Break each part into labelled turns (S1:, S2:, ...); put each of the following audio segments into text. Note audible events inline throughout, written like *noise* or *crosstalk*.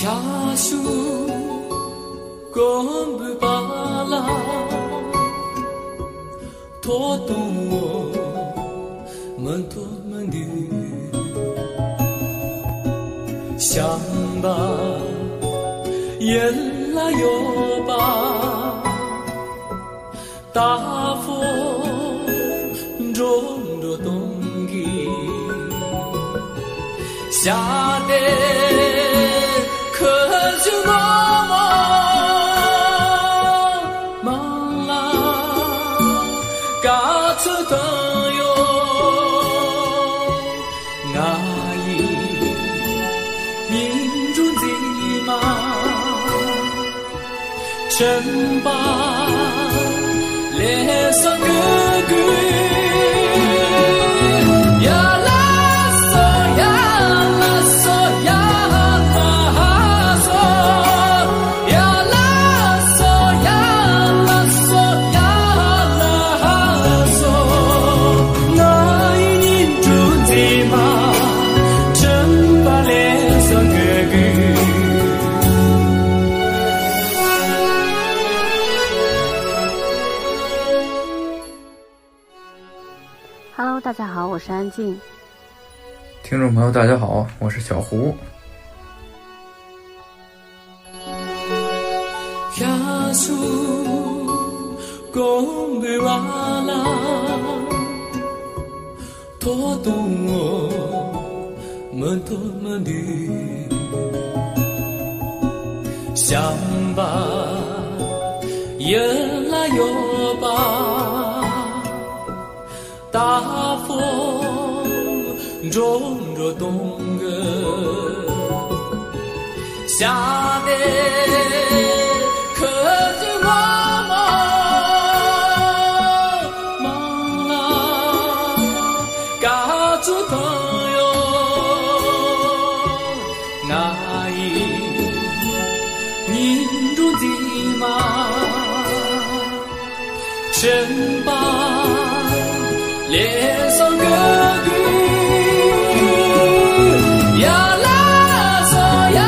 S1: 향수 건물 바람 도동어 먼토먼디 샹바 옐라요바 다포 정도 동기 샤데 可就那么忙啦，嘎子的哟，我已民主的嘛，真把脸上个个呀啦嗦呀啦嗦呀。
S2: Hello，大家好，我是安静。
S3: 听众朋友，大家好，我是小胡。
S1: 야수 꼼베와라 도동어 먼토먼디 샴바 열라요바 다포 종로 동거 下的可是我们忙了，嘎住朋友，我已忍住的嘛，真把脸上个个呀啦嗦呀。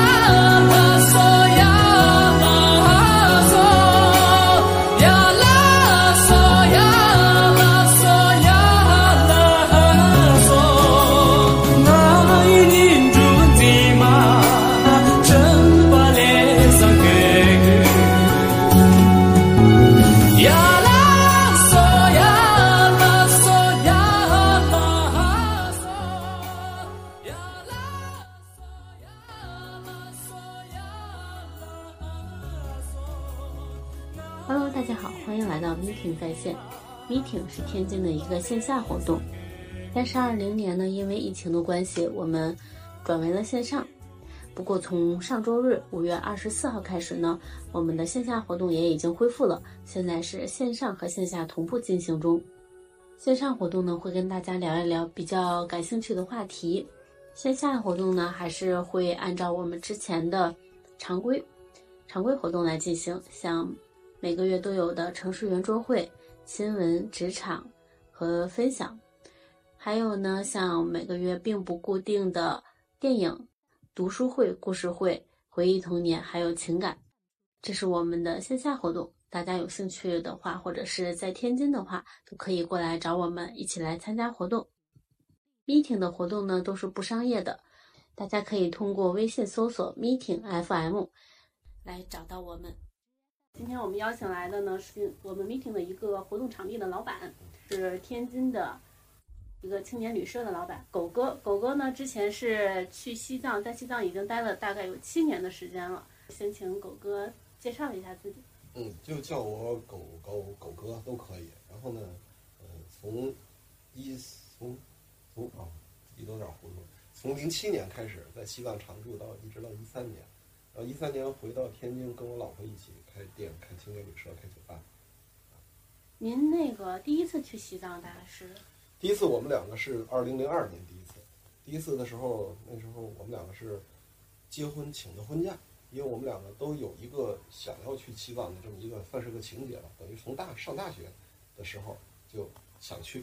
S2: Hello，大家好，欢迎来到 Meeting 在线。Meeting 是天津的一个线下活动，但是二零年呢，因为疫情的关系，我们转为了线上。不过从上周日五月二十四号开始呢，我们的线下活动也已经恢复了，现在是线上和线下同步进行中。线上活动呢，会跟大家聊一聊比较感兴趣的话题；线下活动呢，还是会按照我们之前的常规常规活动来进行，像每个月都有的城市圆桌会、新闻、职场和分享，还有呢，像每个月并不固定的电影、读书会、故事会、回忆童年，还有情感，这是我们的线下活动。大家有兴趣的话，或者是在天津的话，都可以过来找我们一起来参加活动。meeting 的活动呢都是不商业的，大家可以通过微信搜索 meeting FM 来找到我们。今天我们邀请来的呢是我们 meeting 的一个活动场地的老板，是天津的一个青年旅社的老板狗哥。狗哥呢之前是去西藏，在西藏已经待了大概有七年的时间了。先请狗哥介绍一下自己。
S4: 嗯，就叫我狗狗狗哥都可以。然后呢，
S5: 哦
S4: 呃，从一从从啊，自己都有点糊涂。
S5: 从零七年开始在西藏常住到一直到一三年，然后一三年回到天津，跟我老婆一起开店、开青年旅社、开酒吧。
S6: 您那个第一次去西藏大概是
S5: 第一次我们两个是二零零二年第一次，第一次的时候，那时候我们两个是结婚请的婚假，因为我们两个都有一个想要去西藏的这么一个算是个情节吧，等于从大上大学的时候就想去，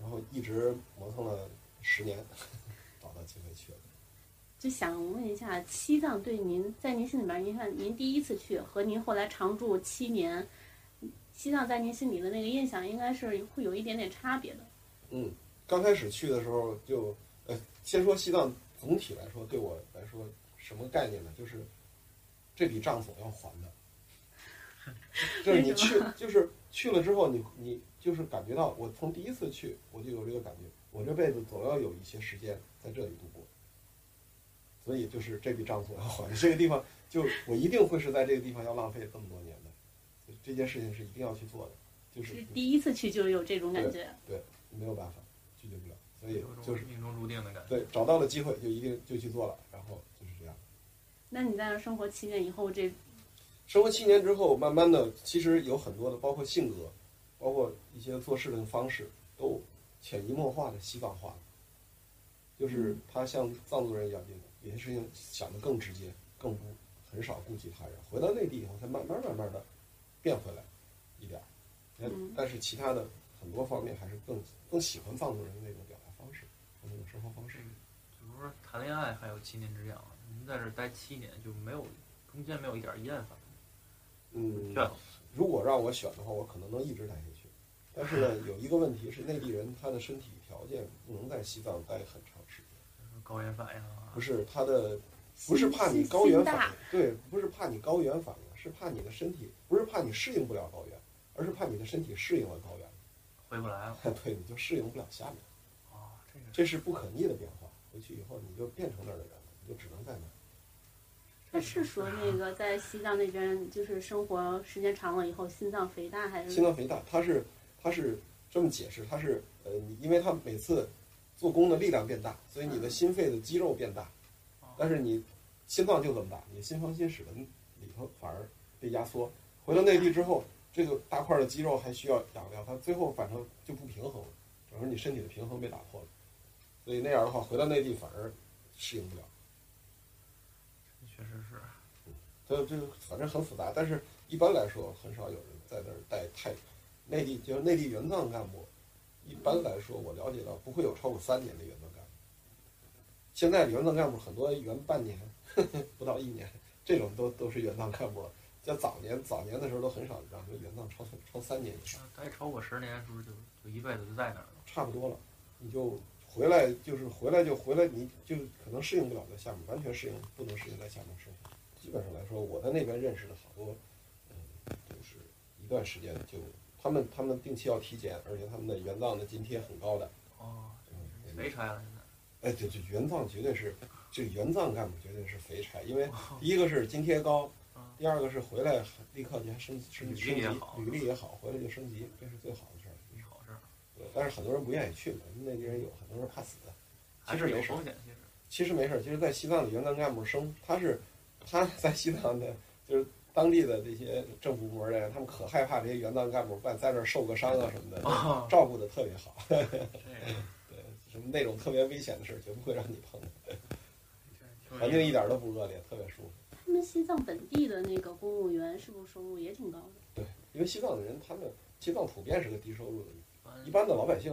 S5: 然后一直磨蹭了十年， *laughs* 找到机会去了。
S6: 就想问一下，西藏对您在您心里边，您看您第一次去和您后来常住七年，西藏在您心里的那个印象应该是会有一点点差别的。
S5: 嗯，刚开始去的时候就，呃，先说西藏总体来说，对我来说什么概念呢？就是这笔账总要还的，就是你去，就是去了之后你，你就是感觉到，我从第一次去我就有这个感觉，我这辈子总要有一些时间在这里度过，所以就是这笔账总要还。这个地方就我一定会是在这个地方要浪费这么多年的，所以这件事情是一定要去做的，就是
S6: 是第一次去就有这种感觉。
S5: 对，没有办法，拒绝不了，所以
S7: 就
S5: 就是是
S7: 命中注定的感觉。
S5: 对，找到了机会就一定就去做了，然后就是这样。
S6: 那你在那儿生活七年以后，这
S5: 生活七年之后，慢慢的，其实有很多的，包括性格，包括一些做事的方式，都潜移默化的西藏化了。就是他像藏族人一样，有有些事情想的更直接，更不很少顾及他人。回到内地以后，才慢慢慢慢的变回来一点儿。但
S6: 嗯
S5: 但是其他的很多方面还是更更喜欢藏族人的那种表达方式和那种生活方式。
S8: 比如说谈恋爱还有七年之痒，啊您在这儿待七年就没有中间没有一点厌烦，
S5: 嗯，
S8: 这
S5: 如果让我选的话，我可能能一直待下去。但是
S6: *laughs*
S5: 呢，有一个问题是，内地人他的身体条件不能在西藏待很长时间，
S8: 高原反应啊
S5: 不，是他的，不是怕你高
S6: 心
S5: 原反
S6: 大
S5: 应，对，不是怕你高原反应，是怕你的身体，不是怕你适应不了高原，而是怕你的身体适应了高原， *laughs*
S8: 回不来了
S5: 对，你就适应不了下面，
S8: 啊，这个
S5: 这是不可逆的变化。回去以后，你就变成那儿的人了，你就只能在那儿。
S6: 他是说那个在西藏那边就是生活时间长了以后心脏肥大还
S5: 心
S6: 是？
S5: 脏肥大，它是它是这么解释，它是呃，你因为它每次做工的力量变大，所以你的心肺的肌肉变大，但是你心脏就这么大，你心房心室的里头反而被压缩。回到内地之后，这个大块的肌肉还需要养料，它最后反正就不平衡了，整个你身体的平衡被打破了，所以那样的话，回到内地反而适应不了。
S8: 确实是
S5: 它这个反正很复杂，但是一般来说很少有人在那儿待太。内地就是内地援藏干部，一般来说我了解到不会有超过三年的援藏干部。现在援藏干部很多援半年， *laughs* 不到一年，这种都都是援藏干部了。在早年早年的时候都很少让这援藏超超三年以上，
S8: 那待超过十年是不是就就一辈子就在那儿了？
S5: 差不多了，你就回来就是回来就回来，你就可能适应不了在下面，完全适应不能适应在下面生活。基本上来说，我在那边认识的好多，嗯，就是一段时间就他们他们定期要体检，而且他们的援藏的津贴很高的，
S8: 哦，
S5: 嗯，
S8: 肥差了现在。
S5: 哎，对对，援藏绝对是，这援藏干部绝对是肥差，因为
S8: 哦
S5: 第一个是津贴高，第二个是回来立刻就还升升
S8: 嗯履
S5: 升
S8: 历
S5: 级
S8: 也好，
S5: 履历也好，回来就升级，这是最好的事儿。
S8: 没好事儿，
S5: 对但是很多人不愿意去嘛，内地人有很多人怕死，
S8: 还是有风险。其实
S5: 其实没事儿，其实，在西藏的援藏干部生，他是他在西藏的，就是当地的这些政府部门儿的人，他们可害怕这些援藏干部在在这儿受个伤啊什么的，
S8: 啊，
S5: *laughs* 照顾的特别好， *laughs*
S8: 这个
S5: 什么那种特别危险的事儿绝不会让你碰，
S8: 这
S5: 环境一点儿都不恶劣，特别舒服。
S6: 他们西藏本地的那个公务员是不是收入也挺高的？
S5: 对，因为西藏的人，他们西藏普遍是个低收入的
S8: 挺
S5: 一般的老百姓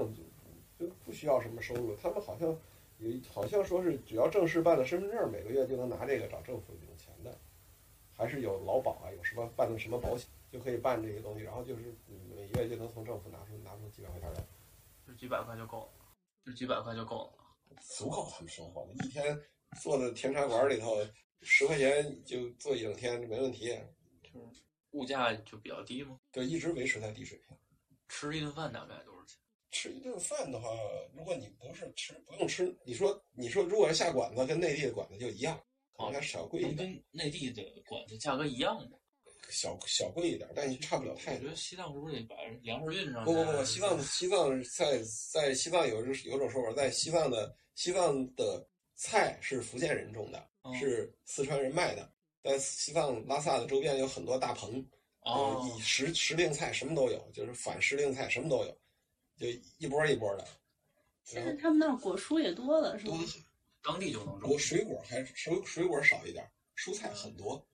S5: 就就不需要什么收入，他们好像有好像说是只要正式办了身份证，每个月就能拿这个找政府领钱的，还是有劳保啊，有什么办的什么保险就可以办这些东西，然后就是每月就能从政府拿出拿出几百块钱来，
S8: 就几百块就够了，就几百块就够了。
S5: 足够他们生活了。一天坐在甜茶馆里头，十块钱就坐一整天，没问题，
S8: 就是物价就比较低嘛，
S5: 就一直维持在低水平。
S8: 吃一顿饭大概多少钱？
S5: 吃一顿饭的话，如果你不是吃不用吃，你说你说如果是下馆子跟内地的馆子就一样，可能还少贵一
S8: 能
S5: 点。
S8: 跟内地的馆子价格一样吗？
S5: 小小贵一点，但也差不了太
S8: 我觉
S5: 多。
S8: 得西藏是不是得把粮食运上去？啊
S5: 不不不，西藏西藏在在西藏有有种说法，在西藏的西藏的菜是福建人种的，
S8: 嗯
S5: 是四川人卖的。在西藏拉萨的周边有很多大棚，
S8: 哦
S5: 呃，以时时令菜什么都有，就是反时令菜什么都有，就一波一波的。
S6: 现
S5: 然
S6: 在
S5: 后
S6: 他们那儿果蔬也多了，是吗
S5: 多？
S8: 当地就能种
S5: 我。水果还是水水果少一点儿，蔬菜很多，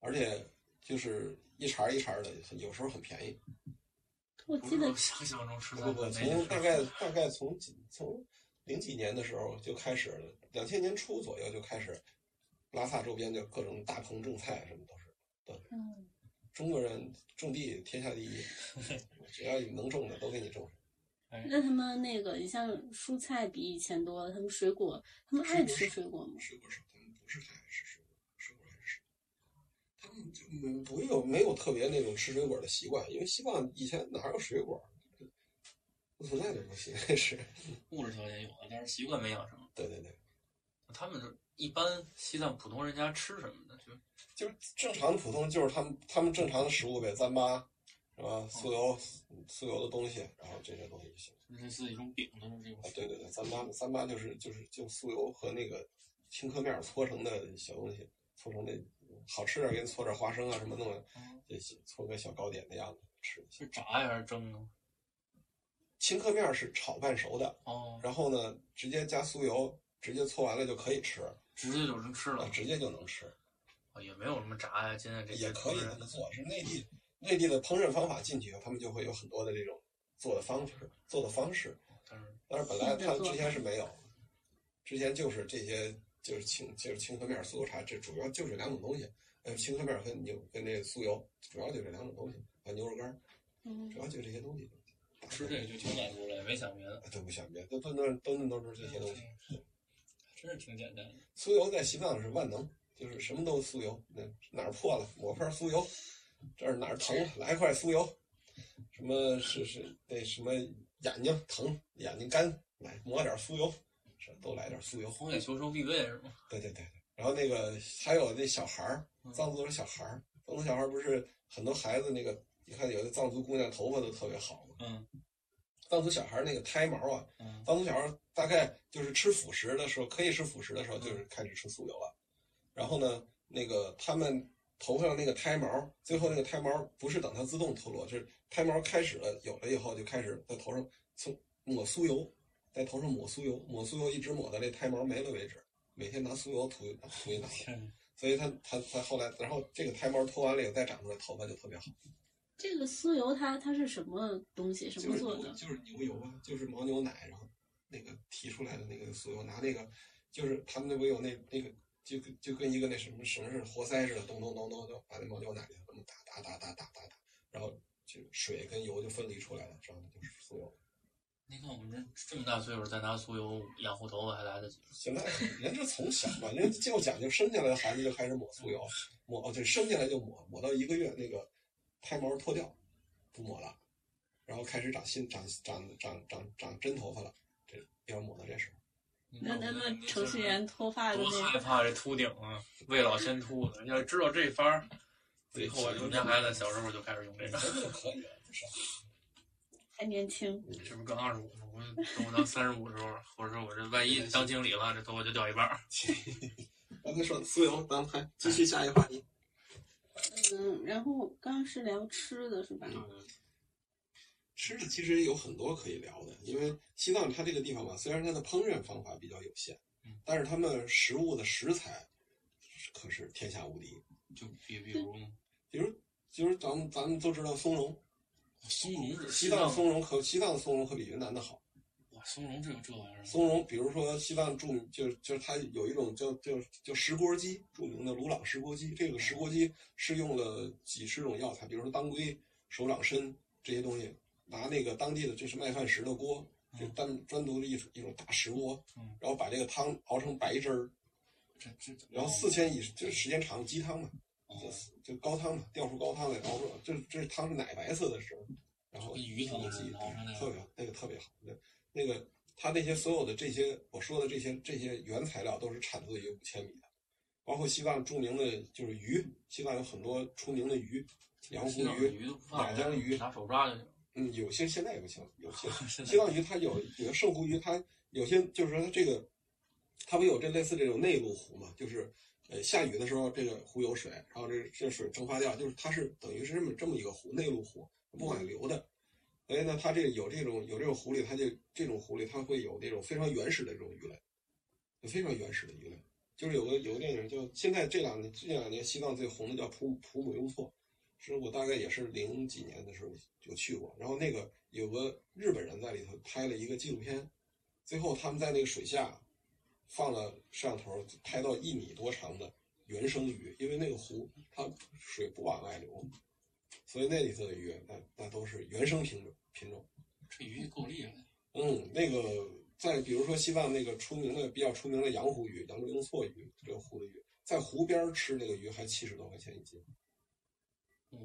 S5: 而且就是一茬儿一茬儿的，很有时候很便宜。
S6: 我
S8: 不
S6: 记
S8: 是
S6: 得
S8: 我想象中吃
S5: 不
S8: 的
S5: 不不，从大概大概从几从零几年的时候就开始，两千年初左右就开始，拉萨周边就各种大棚种菜，什么都是。
S6: 嗯，
S5: 中国人种地天下第一，只要你能种的都给你种上。
S6: 那他们那个，你像蔬菜比以前多了，他们水果，他们爱吃水果吗？
S5: 水果少，他们不是太爱吃水果，水果还是少。他们就没不会有没有特别那种吃水果的习惯，因为西藏以前哪有水果，不存在这东西。是， *laughs*
S8: 物质条件有了，但是习惯没养成。
S5: 对对对，
S8: 他们就一般西藏普通人家吃什么呢？就
S5: 就是正常的普通，就是他们他们正常的食物呗，糌粑是吧？酥油酥油的东西，然后这些东西就行。
S8: 类似一种饼的这种
S5: 啊，。对对对，糌粑糌粑就是就是就酥油和那个青稞面搓成的小东西，搓成的好吃点，给你搓点花生啊什么弄，这些搓个小糕点的样子吃。
S8: 是炸呀还是蒸啊？
S5: 青稞面是炒半熟的，
S8: 哦，
S5: 然后呢，直接加酥油，直接搓完了就可以吃，
S8: 直接就能吃
S5: 啊
S8: 了，，
S5: 直接就能吃，
S8: 哦也没有什么炸呀。现在这些
S5: 也可以
S8: 都是
S5: 这么做。是内地内地的烹饪方法进去以后，他们就会有很多的这种做的方式，做的方式。
S8: 但是
S5: 但是本来
S6: 新的
S5: 他
S6: 做法
S5: 之前是没有，之前就是这些，就是青就是青稞面、酥油茶，这主要就这两种东西。呃，青稞面和牛跟这酥油，主要就这两种东西，还有牛肉干儿，
S6: 嗯
S5: 主，要就这些东西。
S8: 吃这个就挺满足了，也没想别的。
S5: 啊都不想别，都都都都都是这些东西。
S8: 真是挺简单的。
S5: 酥油在西藏是万能，就是什么都酥油，那哪儿破了抹片酥油，这儿哪儿疼来块酥油，什么是是那什么眼睛疼眼睛干来抹点酥油，这都来点酥油。
S8: 荒野求生必备是吗？
S5: 对对对，然后那个还有那小孩儿，
S8: 嗯
S5: 藏族的小孩儿，藏族小孩儿不是很多孩子那个，你看有的藏族姑娘头发都特别好嘛，
S8: 嗯
S5: 藏族小孩儿那个胎毛啊，
S8: 嗯，
S5: 当从小孩大概就是吃辅食的时候，可以吃辅食的时候，就是开始吃酥油了。然后呢，那个他们头上那个胎毛，最后那个胎毛不是等它自动脱落，是胎毛开始了有了以后，就开始在头上从抹酥油，在头上抹酥油，抹酥油一直抹到这胎毛没了为止。每天拿酥油涂涂一拿，
S8: 天，
S5: *laughs* 所以他他他后来，然后这个胎毛脱完了以后再长出来，头发就特别好。
S6: 这个酥油它它是什么东西？什
S5: 就
S6: 么
S5: 是
S6: 做
S5: 牛
S6: 的？
S5: 就是牛油啊，就是牦牛奶，然后那个提出来的那个酥油，拿那个就是他们那不有那那个就跟就跟一个那什么什么似的活塞似的，咚咚咚咚就把那牦牛奶给它们打打打打打打打，然后就水跟油就分离出来了，这样的就是酥油。
S8: 你看我们这这么大岁数再拿酥油养护头发还来得及？
S5: 现在人这从小嘛，人就讲究生下来的孩子就开始抹酥油，抹哦对，生下来就抹，抹到一个月那个胎毛脱掉，不抹了，然后开始长新长长长长长真头发了，这要抹到这时候。
S6: 那那那程序员脱发的
S8: 多
S6: 那
S8: 害
S6: 个，
S8: 怕这秃顶啊，未老先秃的。要知道这法儿，以后我们家孩子小时候就开始用这
S5: 你
S8: 个
S5: 觉。得可以了，不少。
S6: 还年轻，
S8: 这不刚二十五吗？我等我到三十五的时候，或者说我这万一当经理了，这头发就掉一半儿。
S5: 刚才说的酥油，咱们还继续下一个话题。
S6: 嗯，然后刚刚是聊吃的是吧？
S5: 吃的其实有很多可以聊的，因为西藏它这个地方吧，虽然它的烹饪方法比较有限
S8: 嗯，
S5: 但是他们食物的食材可是天下无敌。
S8: 就比比如呢
S5: 比如，比如咱们咱们都知道松茸，
S8: 松茸是
S5: 西藏松茸可西藏的松茸可比云南的好。
S8: 哇，松茸这个这玩意儿，
S5: 松茸，比如说西藏著名，就是就是它有一种叫叫叫石锅鸡，著名的鲁朗石锅鸡。这个石锅鸡是用了几十种药材，比如说当归、手掌参这些东西，拿那个当地的就是麦饭石的锅，就
S8: 嗯
S5: 单单独的一一种大石锅
S8: 嗯，
S5: 然后把这个汤熬成白汁儿，
S8: 这这
S5: 然后四千以就是时间长鸡汤嘛，
S8: 哦
S5: 就高汤嘛，吊出高汤来熬出来，这这汤是奶白色的时候，然后
S8: 跟鱼汤似的
S5: 鸡
S8: 熬成那个
S5: 特别好那个特别好，那那个它那些所有的这些我说的这些这些原材料都是产自于五千米的，包括西藏著名的就是鱼，西藏有很多出名的鱼，洋湖
S8: 西藏的
S5: 鱼，
S8: 鱼都不放
S5: 雅江鱼
S8: 拿手抓就行。
S5: 嗯，有些现在有些有
S8: *laughs*
S5: 些
S8: 现在
S5: 西藏鱼它有有的圣湖鱼，它有些就是说它这个，它不有这类似这种内陆湖嘛，就是呃下雨的时候这个湖有水，然后这这水蒸发掉，就是它是等于是这么这么一个湖内陆湖不往里流的，所以呢它这有这种有这种湖里，它就这种湖里它会有那种非常原始的这种鱼类，有非常原始的鱼类，就是有个有个电影叫现在这两年这两年西藏最红的叫普普姆雍措，是我大概也是零几年的时候有去过，然后那个有个日本人在里头拍了一个纪录片，最后他们在那个水下放了摄像头，拍到一米多长的原生鱼，因为那个湖它水不往外流，所以那里头的鱼那那都是原生品种品种。
S8: 这鱼够厉害的，
S5: 嗯，那个在比如说西藏那个出名的比较出名的洋湖鱼，洋中英措鱼这个湖的鱼，在湖边儿吃那个鱼还七十多块钱一斤。
S8: 哇！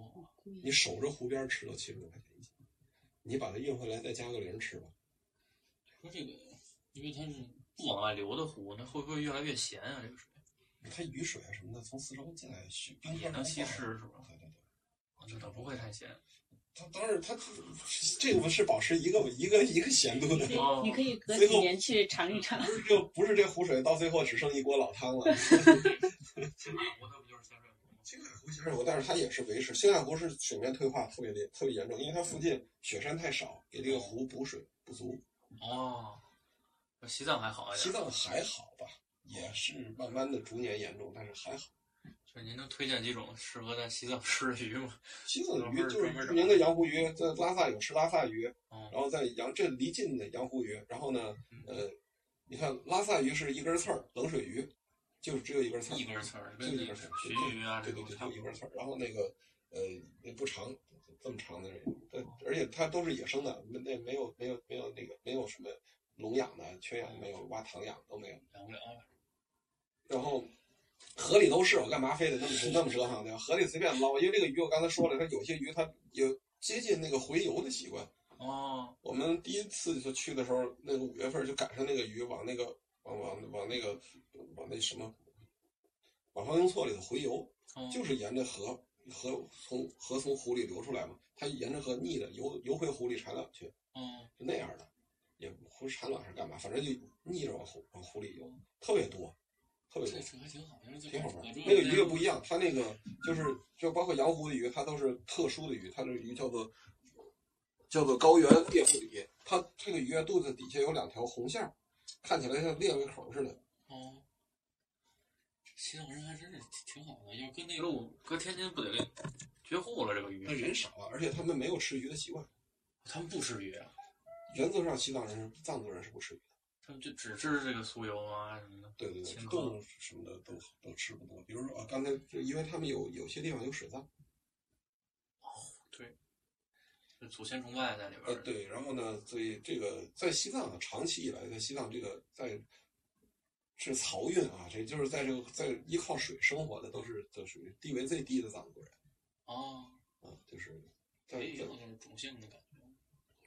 S5: 你守着湖边吃都七十多块钱一斤，你把它运回来再加个零吃吧。
S8: 说这个，因为它是不往外流的湖，那会不会越来越咸啊？这个水
S5: 它雨水啊什么的从四周进来，雪冰
S8: 也
S5: 川
S8: 能
S5: 融化
S8: 稀
S5: 了
S8: 释是吧？
S5: 对对对，
S8: 啊那倒不会太咸。
S5: 它当然它这个是保持一个一个一个咸度的，
S4: 对
S8: 哦，
S4: 你可以隔
S5: 最
S4: 几
S5: 后
S4: 年去尝一尝
S5: 不。是这不是这湖水到最后只剩一锅老汤了。
S8: 青海湖它不就是咸水湖吗？
S5: 青海湖其实有，但是它也是维持。青海湖是水面退化特别的特别严重，因为它附近雪山太少，给这个湖补水不足。
S8: 哦，西藏还好一点。
S5: 西藏还好吧，也是慢慢的逐年严重，但是还好。
S8: 就是您能推荐几种适合在西藏吃的鱼吗？
S5: 西藏的鱼就是著名的洋湖鱼，在拉萨有吃拉萨鱼，
S8: 哦
S5: 然后在洋这离近的洋湖鱼，然后呢，呃，你看拉萨鱼是一根刺儿，冷水鱼，就是只有一根刺儿，
S8: 一根刺儿，
S5: 就
S8: 跟
S5: 一
S8: 那
S5: 根
S8: 个
S5: 刺儿，
S8: 鲟鱼啊这
S5: 对对
S8: 种
S5: 对，
S8: 差
S5: 就
S8: 不
S5: 一根
S8: 多。
S5: 刺儿。然后那个呃也不长，这么长的这种，但而且它都是野生的，没那没有没有没有那个没有什么笼养的、圈养的没有、挖塘养的都没有。
S8: 养不了，
S5: 然后河里都是，我干嘛非得那么折那么折腾呢？啊河里随便捞，因为这个鱼我刚才说了，它有些鱼它有接近那个洄游的习惯。
S8: *laughs* 哦，
S5: 我们第一次就去的时候，那个五月份就赶上那个鱼往那个往往往那个往那什么往方雍错里头洄游，
S8: 哦
S5: 就是沿着河河从河从湖里流出来嘛，它沿着河逆着游游回湖里产卵去。
S8: 哦，
S5: 就那样的，也不是产卵是干嘛，反正就逆着往湖往湖里游，特别多，特别
S8: 这
S5: 多，
S8: 这还挺好，因为这
S5: 挺好玩
S8: 我
S5: 儿
S8: 这。
S5: 那个鱼也不一样，它那个就是就包括洋湖的鱼，它都是特殊的鱼，它这个鱼叫做叫做高原猎户鲤，它这个鱼啊肚子底下有两条红线儿，看起来像裂胃口似的。
S8: 哦，西藏人还真是挺好的，要跟内陆搁天津不得绝户了这个
S5: 那
S8: 鱼，
S5: 人少啊，而且他们没有吃鱼的习惯，
S8: 他们不吃鱼啊，
S5: 原则上西藏人、藏族人是不吃鱼的。
S8: 他们就只吃这个酥油啊什么的。
S5: 对对对
S8: 清，
S5: 动物什么的都都吃不多。比如说啊，刚才就因为他们有有些地方有水葬。
S8: 就祖先崇拜在里边
S5: 呃
S8: 儿，，
S5: 对，然后呢，所以这个在西藏啊，长期以来，在西藏这个在是漕运啊，这就是在这个在依靠水生活的，都是都属于地位最低的藏族人
S8: 哦，
S5: 啊，就是在
S8: 也
S5: 在
S8: 有那种种姓的感觉。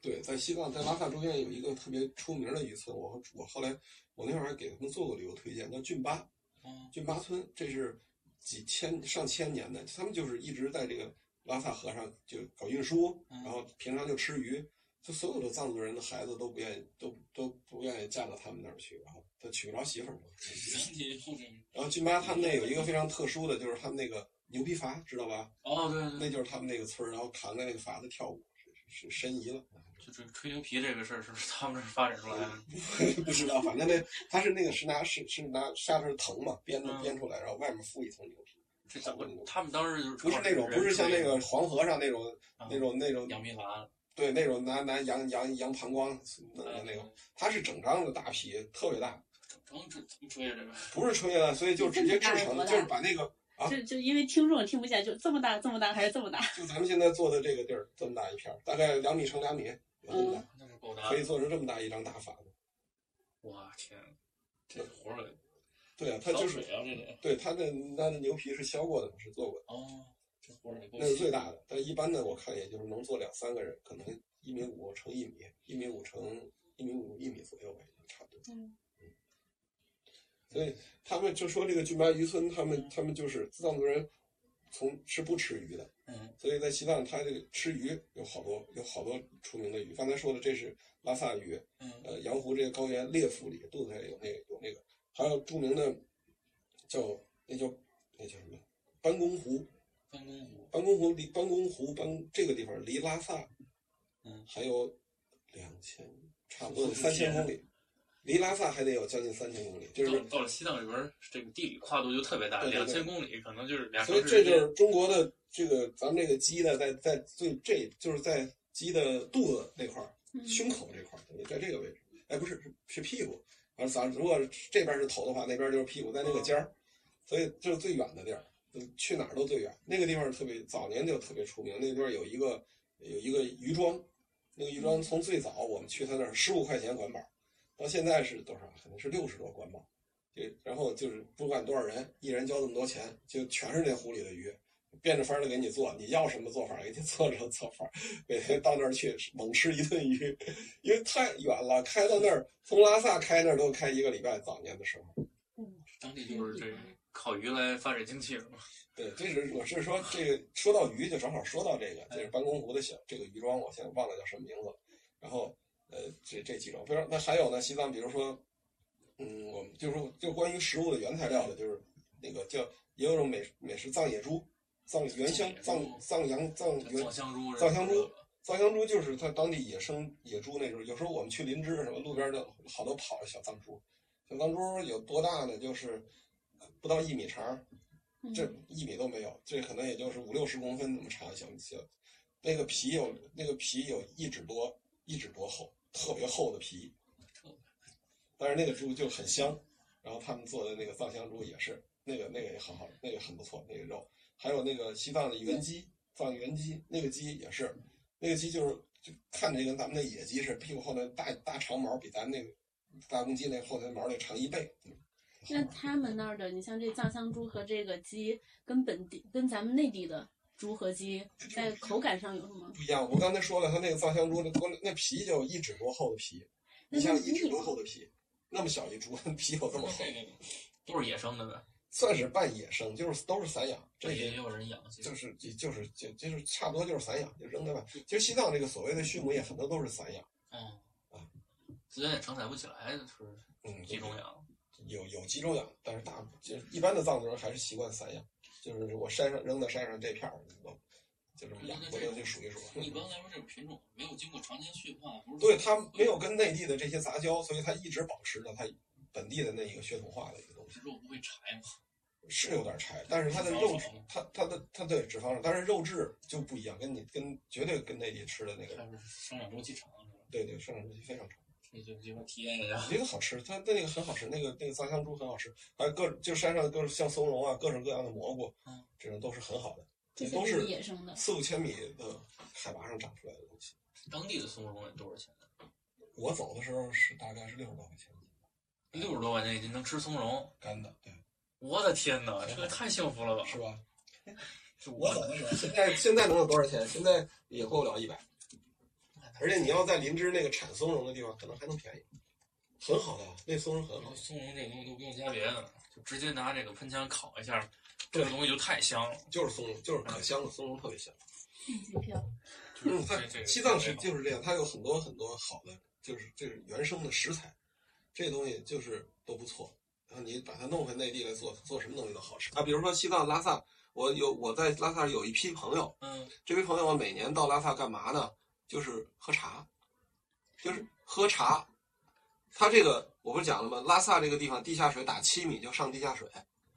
S5: 对，在西藏，在拉萨周边有一个特别出名的渔村，我我后来我那会儿还给他们做过旅游推荐，叫郡巴，
S8: 哦，
S5: 郡巴村，这是几千上千年的，他们就是一直在这个拉萨河上就搞运输，
S8: 嗯
S5: 然后平常就吃鱼，就所有的藏族人的孩子都不愿意，都都不愿意嫁到他们那儿去，然后他娶不着媳妇儿嘛。
S8: *laughs* 咱也后面
S5: 然后郡巴他们那有一个非常特殊的，就是他们那个牛皮筏，知道吧？
S8: 哦，对对
S5: 那就是他们那个村儿，然后扛着那个筏子跳舞，是是是申遗了。 *laughs*
S8: 对，就这个吹牛皮这个事儿，是不是他们是发展出来的？
S5: *laughs* 不知道，反正那他是那个是拿是是拿下边藤嘛编的
S8: 嗯
S5: 编出来，然后外面附一层牛皮，
S8: 这怎么？他们当时就是
S5: 不是那种不是像那个黄河上那种
S8: 啊
S5: 那种那种
S8: 羊皮筏
S5: 对，那种拿拿羊羊羊膀胱弄
S8: 嗯
S5: 的那种，它是整张的大皮，特别大，
S8: 整整这怎么吹呀啊这个？
S5: 不是吹的，所以就直接制成的，就是把那个
S2: *laughs*
S5: 啊
S4: 就就因为听众听不见，就这么大，这么大，还是这么大。
S5: 就咱们现在坐的这个地儿这么大一片儿，大概两米乘两米，有这么大，
S8: 那是够大
S5: 可以
S8: 的！
S5: 做成这么大一张大筏子。
S8: 我天，这活儿
S5: 对啊，它
S8: 得烧
S5: 就是
S8: 水啊，这得
S5: 对它的它的牛皮是削过的，是做过的，
S8: 哦，这活儿也够
S5: 那是最大的。但一般的我看也就是能坐两三个人，可能一米五乘一米，一米五乘一米五一米左右吧，差不多。嗯所以他们就说这个俊巴渔村，他们他们就是藏族人从是不吃鱼的，
S8: 嗯，
S5: 所以在西藏他这个吃鱼有好多有好多出名的鱼。刚才说的这是拉萨鱼，
S8: 嗯
S5: 呃，羊湖这个高原裂腹里肚子里有那个有那个，还有著名的叫那叫那叫什么班公湖，
S8: 关公湖，
S5: 班公湖离班公湖班这个地方离拉萨，
S8: 嗯
S5: 还有两千差不多三千公里，离拉萨还得有将近三千公里，就是
S8: 到到了西藏这边儿，这个地理跨度就特别大，
S5: 对对
S8: 两
S5: 对
S8: 千公里可能就是两
S5: 所以
S8: 城
S5: 这
S8: 市之
S5: 就
S8: 间。
S5: 是中国的这个咱们这个鸡呢，在在最这就是在鸡的肚子那块儿、胸口这块儿，你在这个位置，哎，不是是是屁股，而咱如果这边是头的话，那边就是屁股，在那个尖儿，所以这是最远的地儿，嗯去哪儿都最远。那个地方特别早年就特别出名，那个地方有一个有一个渔庄，那个渔庄从最早我们去他那儿十五块钱管饱，到现在是多少？可能是六十多管饱。就然后就是不管多少人，一人交这么多钱，就全是那湖里的鱼，变着法儿的给你做，你要什么做法儿给你做什么做法儿，每天到那儿去猛吃一顿鱼， *laughs* 因为太远了，开到那儿从拉萨开那儿都开一个礼拜，早年的时候。
S8: 当地就是这个靠鱼来发展经济是吗？
S5: 对，这是我是说这个说到鱼就正好说到这个，
S8: 嗯
S5: 这是班公湖的小这个渔庄，我现在忘了叫什么名字。然后呃，这这几种，比如那还有呢，西藏比如说，嗯，我们就是说就关于食物的原材料的，就是那个叫也有一种美美食藏野猪、藏原香、
S8: 藏野
S5: 藏
S8: 猪
S5: 藏羊、藏原
S8: 藏香猪，
S5: 藏香猪，藏香猪就是它当地野生野猪那种，有时候我们去林芝什么路边的好多跑的小藏猪，小藏猪有多大呢？就是呃不到一米长儿，这一米都没有，这可能也就是五六十公分那么长小小，那个皮有那个皮有一指多一指多厚，特别厚的皮，但是那个猪就很香，然后他们做的那个藏香猪也是，那个那个也很好，那个很不错，那个肉，还有那个西藏的原鸡，藏原鸡那个鸡也是，那个鸡就是就看着就跟咱们那野鸡似的，屁股后头大大长毛，比咱那个大公鸡那后头那毛那长一倍。嗯
S2: 那他们那儿的，你像这藏香猪和这个鸡，跟本地跟咱们内地的猪和鸡在口感上有什么？
S5: 不一样，我刚才说了，它那个藏香猪那光那皮就有一指多厚的皮，
S2: 那
S5: 你
S2: 它
S5: 像一指多厚的皮，那么小一猪， *laughs* 皮有这么厚，
S8: 都是野生的呗，
S5: 算是半野生，就是都是散养，这
S8: 这
S5: 些
S8: 也有人养。其实
S5: 就是就就是就就是差不多就是散养，就扔在外。其实西藏这个所谓的畜牧业很多都是散养，
S8: 嗯
S5: 啊，
S8: 资源也承载不起来，就是
S5: 嗯，
S8: 集中养。
S5: 有有集中养，但是大就是一般的藏族人还是习惯散养，就是我山上扔到山上这片儿，我就这么嗯养，我就就数一数。
S8: 一般来说，这个品种没有经过长年驯化，不是
S5: 嗯对它没有跟内地的这些杂交，所以它一直保持着它本地的那一个血统化的一个东西。
S8: 这肉不会柴吗？
S5: 是有点柴，但是它的肉质，它它的它对脂肪上，但是肉质就不一样，跟你跟绝对跟内地吃的那个，
S8: 它是生长周期长，是吧？
S5: 对对，生长周期非常长。
S8: 这就这块体验一下
S5: 我。觉得好吃，它它那个很好吃，那个那个藏香猪很好吃，还有各就山上的各种像松茸啊，各种各样的蘑菇
S8: 嗯，
S5: 这种都是很好的，
S2: 这些
S5: 都
S2: 是
S5: 是
S2: 野生的，
S5: 四五千米的海拔上长出来的东西。
S8: 当地的松茸得多少钱？
S5: 我走的时候是大概是六十多块钱一斤
S8: 六十多块钱一斤能吃松茸，
S5: 干的，对，
S8: 我的天哪，这个太幸福了吧！
S5: 是 *laughs* 吧？
S8: 是
S5: 我走的时候，现在现在能有多少钱？现在也过不了一百。而且你要在林芝那个产松茸的地方，可能还能便宜，很好的，那松茸很好。
S8: 松茸这个东西都不用加别的，就直接拿这个喷枪烤一下，这个东西就太香了。
S5: 就是松茸，就是可香了，松茸特别香。
S2: 机票。
S8: 就是
S5: 嗯，它
S8: 这这个
S5: 西藏是就是这样，它有很多很多好的，就是这是原生的食材，这东西就是都不错。然后你把它弄回内地来做，做什么东西都好吃啊。比如说西藏拉萨，我有我在拉萨有一批朋友，
S8: 嗯，
S5: 这位朋友每年到拉萨干嘛呢？就是喝茶，就是喝茶。他这个我不是讲了吗？拉萨这个地方地下水打七米就上地下水，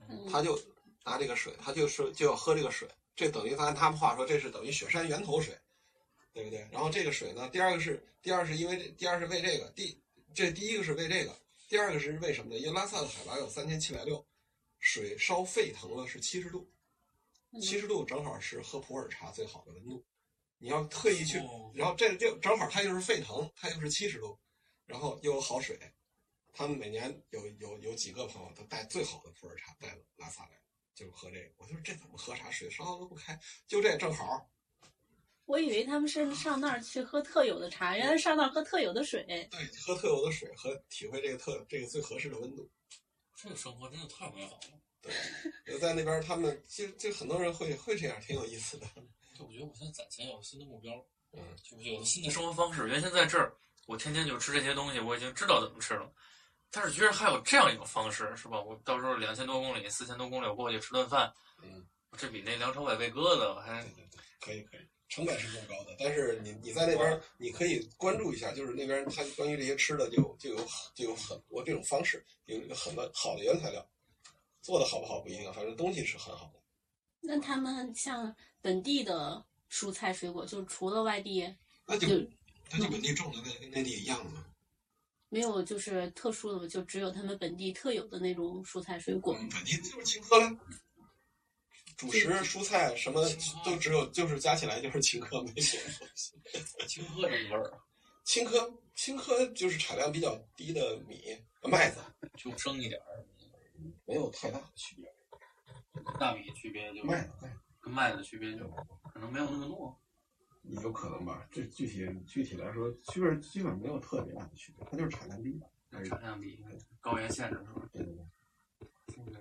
S2: 嗯
S5: 他就拿这个水，他就是就要喝这个水，这等于按他们话说，这是等于雪山源头水，对不对？然后这个水呢，第二个是第二是因为这第二是为这个第这第一个是为这个，第二个是为什么呢？因为拉萨的海拔有三千七百六，水烧沸腾了是七十度，七十度正好是喝普洱茶最好的温度。你要特意去
S8: 哦，
S5: 然后这就正好它又是沸腾，它又是七十度，然后又有好水。他们每年有有有几个朋友都带最好的普洱茶带拉萨来，就喝这个。我就说这怎么喝茶？水烧都不开，就这正好。
S2: 我以为他们是上那儿去喝特有的茶，原来上那儿喝特有的水。
S5: 对，喝特有的水，喝体会这个特这个最合适的温度。
S8: 这个生活真的太美好了。
S5: 在那边儿他们其实就很多人会会这样，挺有意思的。
S8: 就我觉得我现在攒钱有了新的目标，
S5: 嗯，
S8: 就有了新的生活方式。原先在这儿，我天天就吃这些东西，我已经知道怎么吃了。但是居然还有这样一种方式，是吧？我到时候两千多公里、四千多公里，我过去吃顿饭，
S5: 嗯，
S8: 这比那梁朝伟喂鸽子还
S5: 对对对，可以可以，成本是更高的，但是你你在那边儿你可以关注一下，就是那边儿它关于这些吃的就就有就有很多这种方式，有有很多好的原材料，做的好不好不一定，反正东西是很好的。
S2: 那他们像本地的蔬菜水果，就是除了外地
S5: 那就
S2: 就
S5: 那就本地种的跟跟内地一样嘛。
S2: 没有就是特殊的，就只有他们本地特有的那种蔬菜水果。
S5: 本地就是青稞了。主食、蔬菜什么都只有，就是加起来就是青稞，没别的东西。
S8: 清喝这个味儿，
S5: 青稞，青稞就是产量比较低的米、麦子，
S8: 就生一点儿。
S5: 没有太大的区别。
S8: 大米区别就
S9: 麦
S8: 是
S9: 子麦子
S8: 跟麦子区别就可能没有那么多。
S9: 有可能吧，这具体具体来说，区别基本没有特别大的区别，它就是产量低。哎
S8: 产量比高原限制是吧？
S9: 对对对。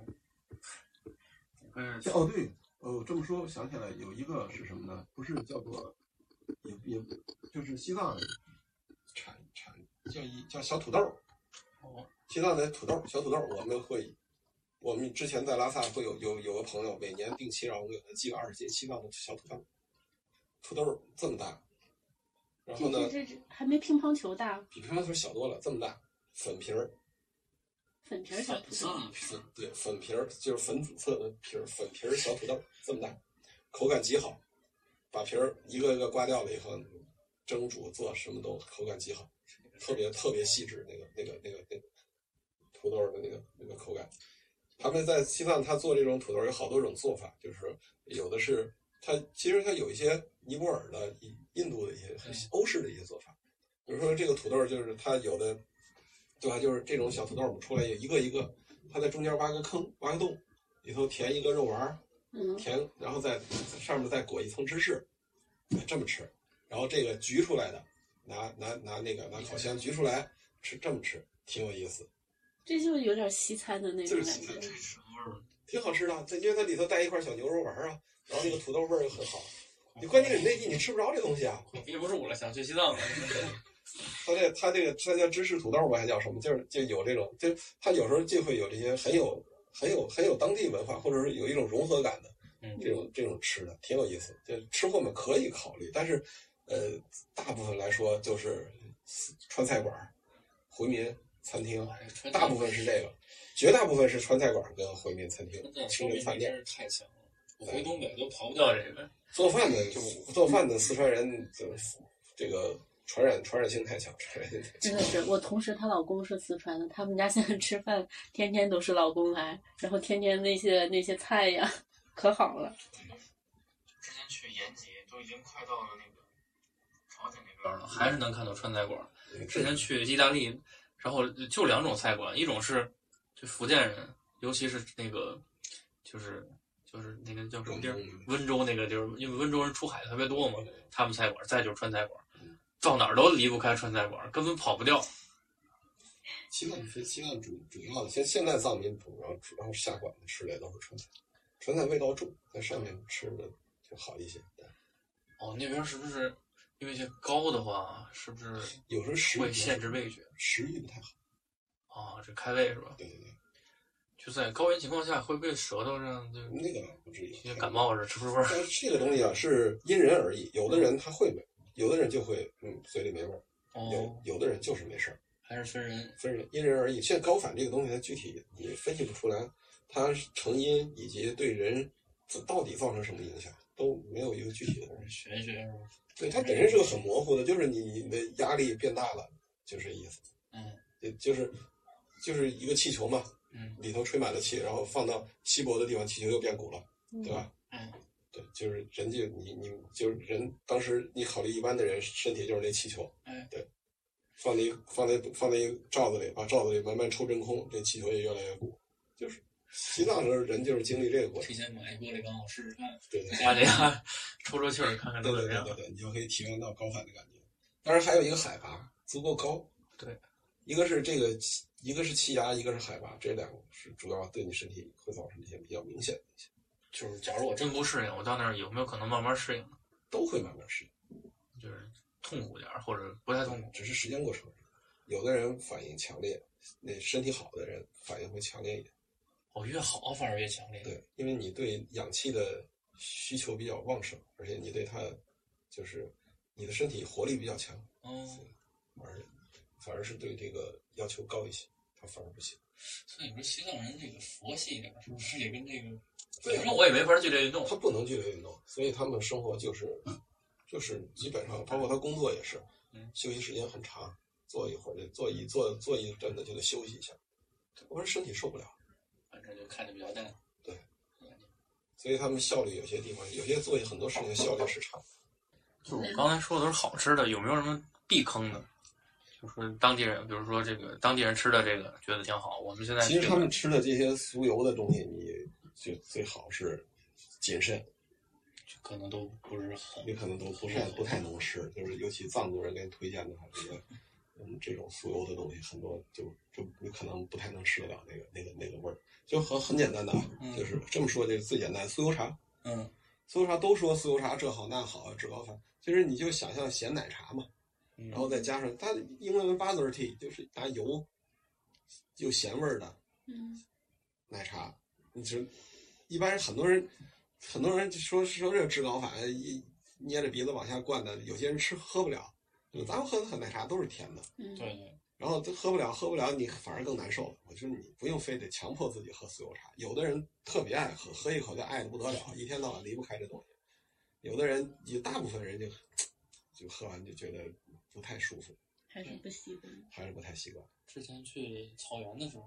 S8: 不是
S9: 这哦对，哦这么说我想起来有一个是什么呢？不是叫做，也也就是西藏
S5: 产产叫一叫小土豆儿
S8: 哦，
S5: 西藏的土豆儿小土豆儿，我们会，我们之前在拉萨会有有有个朋友每年定期让我们给他寄个二十斤西藏的小土豆儿，土豆儿这么大，然后
S2: 这
S5: 呢
S2: 这这这还没乒乓球大，
S5: 比乒乓球小多了，这么大，粉皮儿，
S2: 粉皮儿小土豆。
S8: 算是
S5: 对，粉皮儿就是粉煮粉皮儿，粉皮儿小土豆儿这么大，口感极好，把皮儿一个一个刮掉了以后，蒸煮做什么都口感极好，特别特别细致，那个那个那个那个土豆儿的那个那个口感。他们在西藏，他做这种土豆儿有好多种做法，就是有的是它其实它有一些尼泊尔的、印印度的一些、欧式的一些做法，比如说这个土豆儿就是它有的，对吧？就是这种小土豆儿出来有一个一个，它在中间挖个坑、挖个洞，里头填一个肉丸儿，
S2: 嗯，
S5: 填，然后再上面再裹一层芝士，这么吃。然后这个焗出来的，拿拿拿那个拿烤箱焗出来吃，这么吃挺有意思，
S2: 这就有点西餐的那种
S5: 就是
S2: 感
S5: 西餐
S2: 觉。
S8: 什么味儿？
S5: 挺好吃的。它因为它里头带一块小牛肉丸儿啊，然后那个土豆味儿又很好。你关键你内地你吃不着这东西啊。
S8: 憋不住了，想去西藏了。
S5: 他这他这个他叫芝士土豆吧，还叫什么？就是就有这种，就是他有时候就会有这些很有很有很有当地文化，或者是有一种融合感的
S8: 嗯
S5: 这种这种吃的，挺有意思。就吃货们可以考虑，但是呃，大部分来说就是川菜馆、回民餐厅， *laughs*
S8: 嗯
S5: 大部分是这个，绝大部分是川菜馆跟回民餐厅
S8: *laughs* 真的、
S5: 清
S8: 说明
S5: 真
S8: 你
S5: 饭店。
S8: 真是太强了。我回东北都逃不掉这个，
S5: 做饭的做饭的四川人，这这个传染传染性太强，传染性太
S2: 真
S5: 强
S2: 的。是，我同事她老公是四川的，他们家现在吃饭天天都是老公来，然后天天那些那些菜呀，可好了。
S10: 之前去延吉，都已经快到了那个朝鲜那边了，还
S8: 还是能看到川菜馆。之前去意大利，然后就两种菜馆，一种是就福建人，尤其是那个就是就是那个叫什么地儿
S5: 温州，
S8: 温州那个地儿，因为温州人出海特别多嘛，他们菜馆，再就是川菜馆，
S5: 嗯
S8: 到哪儿都离不开川菜馆，根本跑不掉。
S5: 西藏是西藏主主要的，现现在藏民主要主要下馆子吃的都是川菜，川菜味道重，在上面吃的就好一些。但
S8: 哦，那边是不是因为这高的话，是不是
S5: 有时候食
S8: 会
S5: 欲
S8: 限制味觉？
S5: 食欲不太好。
S8: 啊？这开胃是吧？
S5: 对对对，
S8: 就在高原情况下，会不会舌头上就
S5: 那个不至于
S8: 就。感。冒似的，吃不出味儿？
S5: 但是这个东西啊是因人而异，有的人他会没，有的人就会嗯嘴里没味儿，
S8: 哦
S5: 有，有的人就是没事儿，
S8: 还是分人。
S5: 分人因人而异。现在高反这个东西它具体你分析不出来，它成因以及对人到底造成什么影响都没有一个具体的东西。
S8: 玄学是吧？
S5: 对，它本身是个很模糊的，就是你你的压力变大了，就是这意思。
S8: 嗯
S5: 就就是就是一个气球嘛，
S8: 嗯，
S5: 里头吹满了气，然后放到稀薄的地方，气球又变鼓了，对吧？
S8: 嗯，
S5: 对，就是人家你你就是人，当时你考虑一般的人身体就是那气球，
S8: 嗯
S5: 对，放在一放在放在一个罩子里，把罩子里慢慢抽真空，这气球也越来越鼓，就是西藏的时候人就是经历这个过程，
S8: 提前买一玻璃缸，我试试看， *laughs*
S5: 对对。
S8: 家里啊抽抽气儿，看看
S5: 对
S8: 都
S5: 对
S8: 怎么
S5: 对
S8: 样
S5: 对。对，你就可以体验到高反的感觉。当然还有一个海拔足够高，
S8: 对，
S5: 一个是这个气，一个是气压，一个是海拔，这两个是主要对你身体会造成一些比较明显的一些，
S8: 就是假如我真不适应，我到那儿有没有可能慢慢适应呢？
S5: 都会慢慢适应，
S8: 就是痛苦点儿，或者不太痛苦。
S5: 只是时间过长。有的人反应强烈，那身体好的人反应会强烈一点。
S8: 我哦越好反而越强烈。
S5: 对，因为你对氧气的需求比较旺盛，而且你对它就是你的身体活力比较强，
S8: 哦，
S5: 而反而是对这个要求高一些，它反而不行。
S8: 所以说西藏人这个佛系一点儿，是不是也跟这个？
S5: 对
S8: 反正我也没法剧烈运动
S5: 他。不能剧烈运动，所以他们生活就是就是基本上，包括他工作也是
S8: 嗯，
S5: 休息时间很长，坐一会儿就坐一坐坐一阵子就得休息一下，我说身体受不了，
S8: 反正就看着比较淡。
S5: 所以他们效率有些地方有些做很多事情效率是差的。
S8: 就我刚才说的都是好吃的，有没有什么避坑的？就说当地人，比如说这个当地人吃的这个觉得挺好，我们现在
S5: 其实
S8: 这
S5: 他
S8: 个
S5: 们吃的这些酥油的东西，你就最好是谨慎，
S8: 可能都不是很
S5: 也可能都不是不太能吃，就是尤其藏族人给你推荐的话，这个嗯这种酥油的东西，很多就就你可能不太能吃得了那个那个那个味儿，就很很简单的啊，
S8: 嗯
S5: 就是这么说就是最简单，酥油茶，
S8: 嗯
S5: 酥油茶都说酥油茶这好那好治高反，其实你就想象咸奶茶嘛，
S8: 嗯
S5: 然后再加上它英文 butter tea 就是拿油有咸味儿的，
S2: 嗯，
S5: 奶茶，你知，一般很多人，很多人就说说这治高反，一捏着鼻子往下灌的，有些人吃喝不了。咱们喝的奶茶都是甜的，
S2: 嗯，
S8: 对对，
S5: 然后都喝不了，喝不了你反而更难受了。我觉得你不用非得强迫自己喝酥油茶，有的人特别爱喝，喝一口就爱的不得了，一天到晚离不开这东西。有的人，也大部分人就就喝完就觉得不太舒服，
S2: 还是不习惯。
S5: 还是不太习惯。
S8: 之前去草原的时候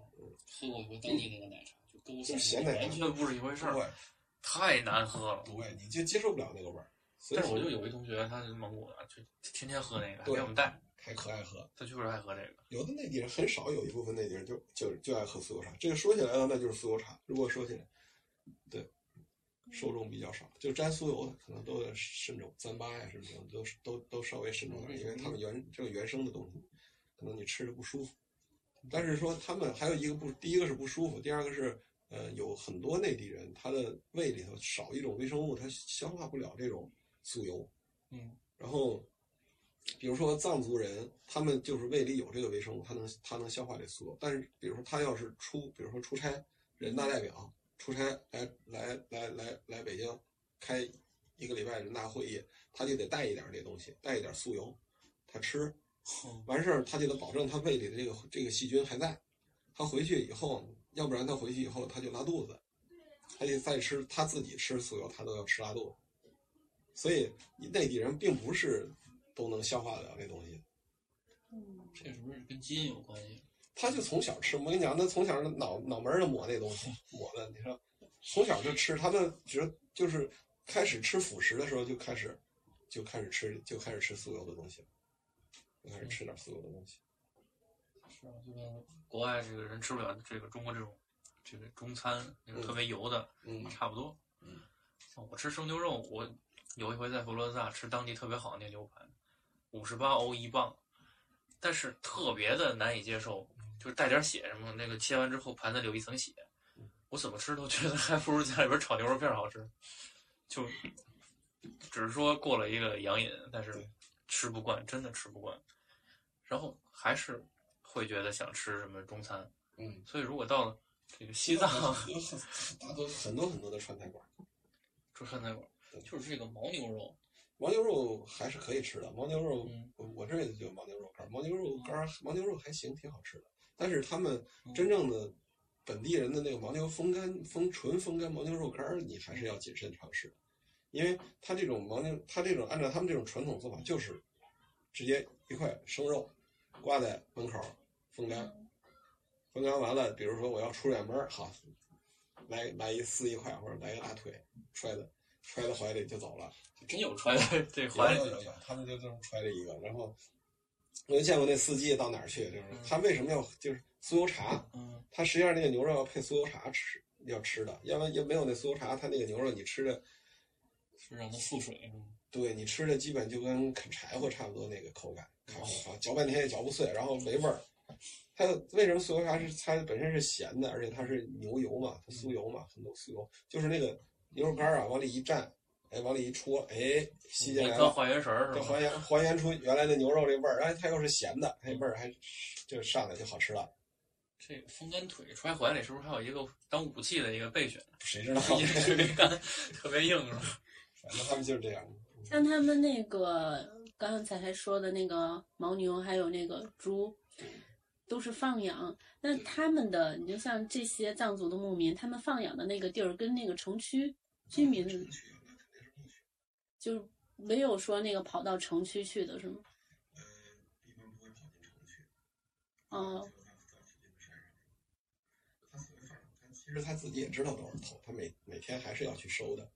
S8: 喝过一回当地那个奶茶，就跟我
S5: 就是嗯咸奶茶
S8: 完全不是一回事
S5: 不
S8: 儿，
S5: 会，
S8: 太难喝了。
S5: 不会，你就接受不了那个味儿。所以
S8: 但是我就有一同学，他是蒙古的，就天天喝那个，还
S5: 对
S8: 给我们带，
S5: 还可爱喝。
S8: 他就是爱喝这个。
S5: 有的内地人很少，有一部分内地人就就就爱喝酥油茶。这个说起来呢，那就是酥油茶。如果说起来，对，受众比较少，就沾酥油的可能都得慎重，糌粑呀什么的都是都都稍微慎重点，因为他们原这个原生的东西，可能你吃着不舒服。但是说他们还有一个不，第一个是不舒服，第二个是呃，有很多内地人他的胃里头少一种微生物，他消化不了这种酥油。
S8: 嗯，
S5: 然后，比如说藏族人，他们就是胃里有这个微生物，他能他能消化这酥油。但是，比如说他要是出，比如说出差，人大代表出差来来来来来北京开一个礼拜人大会议，他就得带一点这东西，带一点酥油，他吃完事儿，他就得保证他胃里的这个这个细菌还在。他回去以后，要不然他回去以后他就拉肚子，他就再吃他自己吃酥油，他都要吃拉肚子。所以内地人并不是都能消化得了这东西，
S8: 这是不是跟基因有关系？
S5: 他就从小吃。我跟你讲，他从小脑脑门儿就抹那东西，抹的，你说从小就吃。他们觉得就是开始吃辅食的时候就开始就开始吃就开始吃酥油的东西了，就开始吃点酥油的东西。
S8: 是啊，就跟国外这个人吃不了这个中国这种这个中餐那个特别油的，
S5: 嗯
S8: 差不多。
S5: 嗯
S8: 哦，我吃生牛肉，我有一回在佛罗伦萨吃当地特别好的那个牛排，五十八欧一磅，但是特别的难以接受，
S5: 嗯
S8: 就是带点血什么，那个切完之后盘子里有一层血，
S5: 嗯
S8: 我怎么吃都觉得还不如家里边炒牛肉片好吃，就只是说过了一个洋瘾，但是
S5: 对
S8: 吃不惯，真的吃不惯，然后还是会觉得想吃什么中餐，
S5: 嗯，
S8: 所以如果到了这个西藏。
S5: 有很大多很多很多的川菜馆，
S8: 就川菜馆，
S5: 嗯
S8: 就是这个牦牛肉，
S5: 牦牛肉还是可以吃的。牦牛肉
S8: 嗯，
S5: 我我这里就有牦牛肉干儿，牦牛肉干儿，牦牛肉还行，挺好吃的。但是他们真正的本地人的那个牦牛风干、风纯风干牦牛肉干儿，你还是要谨慎尝试的，因为它这种牦牛，它这种按照他们这种传统做法，就是直接一块生肉挂在门口儿风干，风干完了，比如说我要出远门儿，好，来来一撕一块或者来个大腿揣在揣在怀里就走了。
S8: 真有川菜这
S5: 有
S8: 怀
S5: 有有有，他们就这么揣着一个，然后我就见过那司机到哪儿去，就是他为什么要就是酥油茶，
S8: 嗯，
S5: 他实际上那个牛肉要配酥油茶吃，要吃的，要不然也没有那酥油茶，他那个牛肉你吃着，
S8: 是让它复水是吗？
S5: 对你吃着基本就跟啃柴火差不多那个口感，咔咔咔嚼半天也嚼不碎，然后没味儿，它的为什么酥油茶是它本身是咸的，而且它是牛油嘛，它酥油嘛，很多酥油，就是那个牛肉干儿啊，往里一蘸，哎，往里一戳，哎，吸进来
S8: 当
S5: 了。
S8: 化原神儿
S5: 就是
S8: 吧
S5: 还？原还原出原来的牛肉这味儿，哎，它又是咸的，哎，味儿还就上来就好吃了。
S8: 这风干腿揣怀里是不是还有一个当武器的一个备选？
S5: 谁知道？啊
S8: 也是特别干，特别硬是吧？
S5: *laughs* 反正他们就是这样。
S2: 像他们那个刚才还说的那个牦牛，还有那个猪，都是放养。那他们的，你就像这些藏族的牧民，他们放
S6: 呃
S2: 养的那个地儿跟那个城区居民就是没有说那个跑到城区去的是吗？
S10: 呃，一般不会跑进城区。
S2: 哦，
S5: 他所谓放养他其实他自己也知道多少头，他每每天还是要去收的。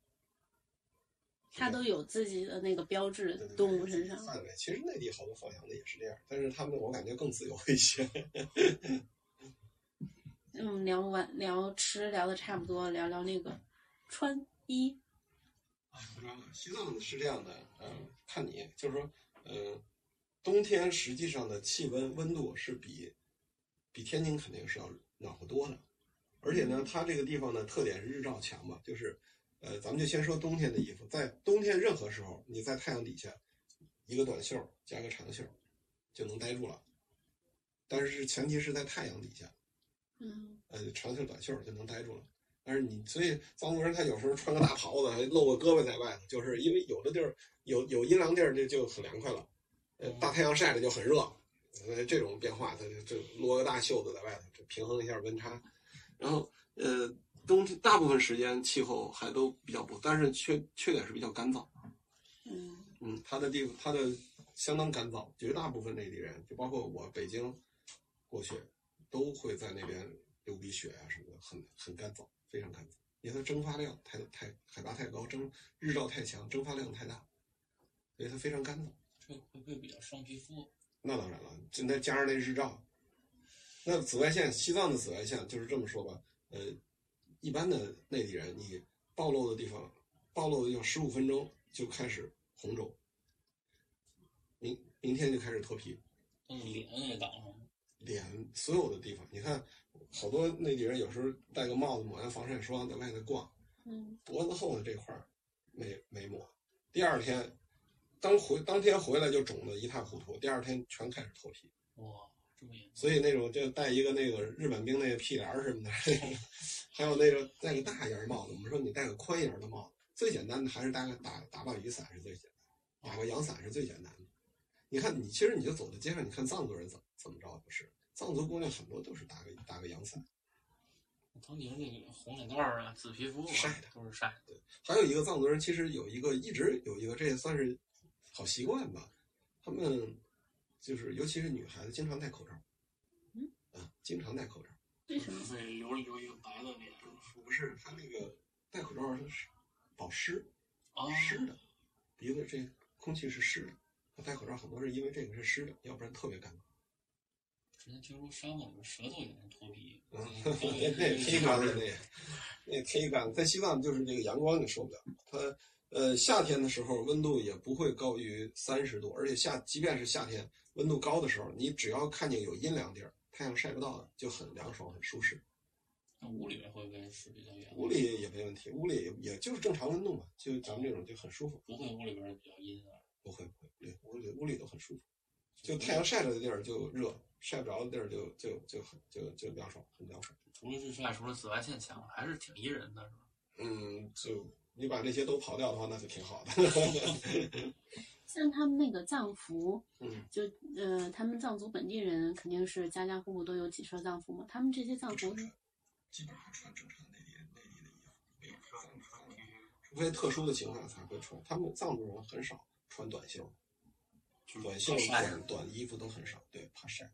S2: 他都有自己的那个标志，动物身上。
S5: 范围其实内地好多放养的也是这样，但是他们我感觉更自由一些。
S2: 嗯，聊完聊吃聊的差不多，呃聊聊那个穿衣。
S5: 不知道西藏是这样的，呃，看你就是说，呃，冬天实际上的气温温度是比比天津肯定是要暖和多了，而且呢，它这个地方的特点是日照强嘛，就是，呃，咱们就先说冬天的衣服，在冬天任何时候，你在太阳底下，一个短袖加个长袖就能待住了，但是前提是在太阳底下，
S2: 嗯，
S5: 呃，长袖短袖就能待住了。但是你所以藏族人他有时候穿个大袍子还露个胳膊在外头，就是因为有的地儿有有阴凉地儿就就很凉快了，呃，大太阳晒着就很热，呃，这种变化他就就撸个大袖子在外头，就平衡一下温差。然后呃，冬天大部分时间气候还都比较不，但是缺缺点是比较干燥。
S2: 嗯，
S5: 嗯，它的地方，它的相当干燥，绝大部分内地人，就包括我北京过去，都会在那边流鼻血啊什么的，很很干燥，非常干燥，因为它蒸发量太太海拔太高，蒸日照太强，蒸发量太大，所以它非常干燥。
S8: *laughs* 这会不会比较伤皮肤？
S5: 那当然了，就那加上那日照，那紫外线，西藏的紫外线就是这么说吧，呃，一般的内地人，你暴露的地方，暴露的地方十五分钟就开始红肿，明明天就开始脱皮，
S8: 用脸也挡上了。
S5: 脸所有的地方，你看好多内地人有时候戴个帽子抹上防晒霜在外头逛，
S2: 嗯，
S5: 脖子后的这块儿没没抹，第二天当回当天回来就肿得一塌糊涂，第二天全开始脱皮。
S8: 哇，这么严重！
S5: 所以那种就戴一个那个日本兵那个屁帘儿什么的， *laughs* 还有那个戴个大檐儿帽子，我们说你戴个宽檐儿的帽子，最简单的还是搭个打打把雨伞是最简单的，打个阳伞是最简单的。你看你其实你就走在街上，你看藏族人怎怎么着不是？藏族姑娘很多都是搭个搭个阳伞。
S8: 当年那个红脸蛋儿啊，紫皮肤啊，
S5: 晒的
S8: 都是晒的。
S5: 还有一个藏族人，其实有一个一直有一个，这也算是好习惯吧。他们就是尤其是女孩子，经常戴口罩。
S2: 嗯
S5: 啊，经常戴口罩。
S2: 为什么？
S10: 所以留留一个白的脸。
S5: 不是，他那个戴口罩它是保湿，
S8: 哦，
S5: 湿的，鼻子这空气是湿的。我戴口罩很多是因为这个是湿的，要不然特别干。
S8: 之前听说沙漠里边舌头也能脱皮，
S5: 嗯， *laughs*
S8: 哎
S5: 那那忒干了，那那忒干了。在西藏就是这个阳光你受不了，它呃夏天的时候温度也不会高于三十度，而且夏即便是夏天温度高的时候，你只要看见有阴凉地儿，太阳晒不到的，就很凉爽很舒适。
S8: 那屋里面会不会是比较严？
S5: 屋里也没问题，屋里也也就是正常温度嘛，就咱们这种就很舒服。
S8: 不会，屋里边比较阴啊。
S5: 不会不会，对，屋里屋里都很舒服，就太阳晒着的地儿就热，晒不着的地儿就就就很就就凉爽，很凉爽。
S8: 除了是晒，除了紫外线强，还是挺宜人的，是吧？
S5: 嗯，就你把这些都刨掉的话， *laughs* 那就挺好的。
S2: 像他们那个藏服，
S5: 嗯，
S2: 就呃，他们藏族本地人肯定是家家户户都有几身藏服嘛。他们这些藏服呢，
S5: 基本上穿正常内地内地的衣服，没有穿
S10: 穿皮肤
S5: 除非特殊的情况才会穿。他们藏族人很少穿短袖，短袖
S8: 怕晒
S5: 短短衣服都很少，对，怕晒。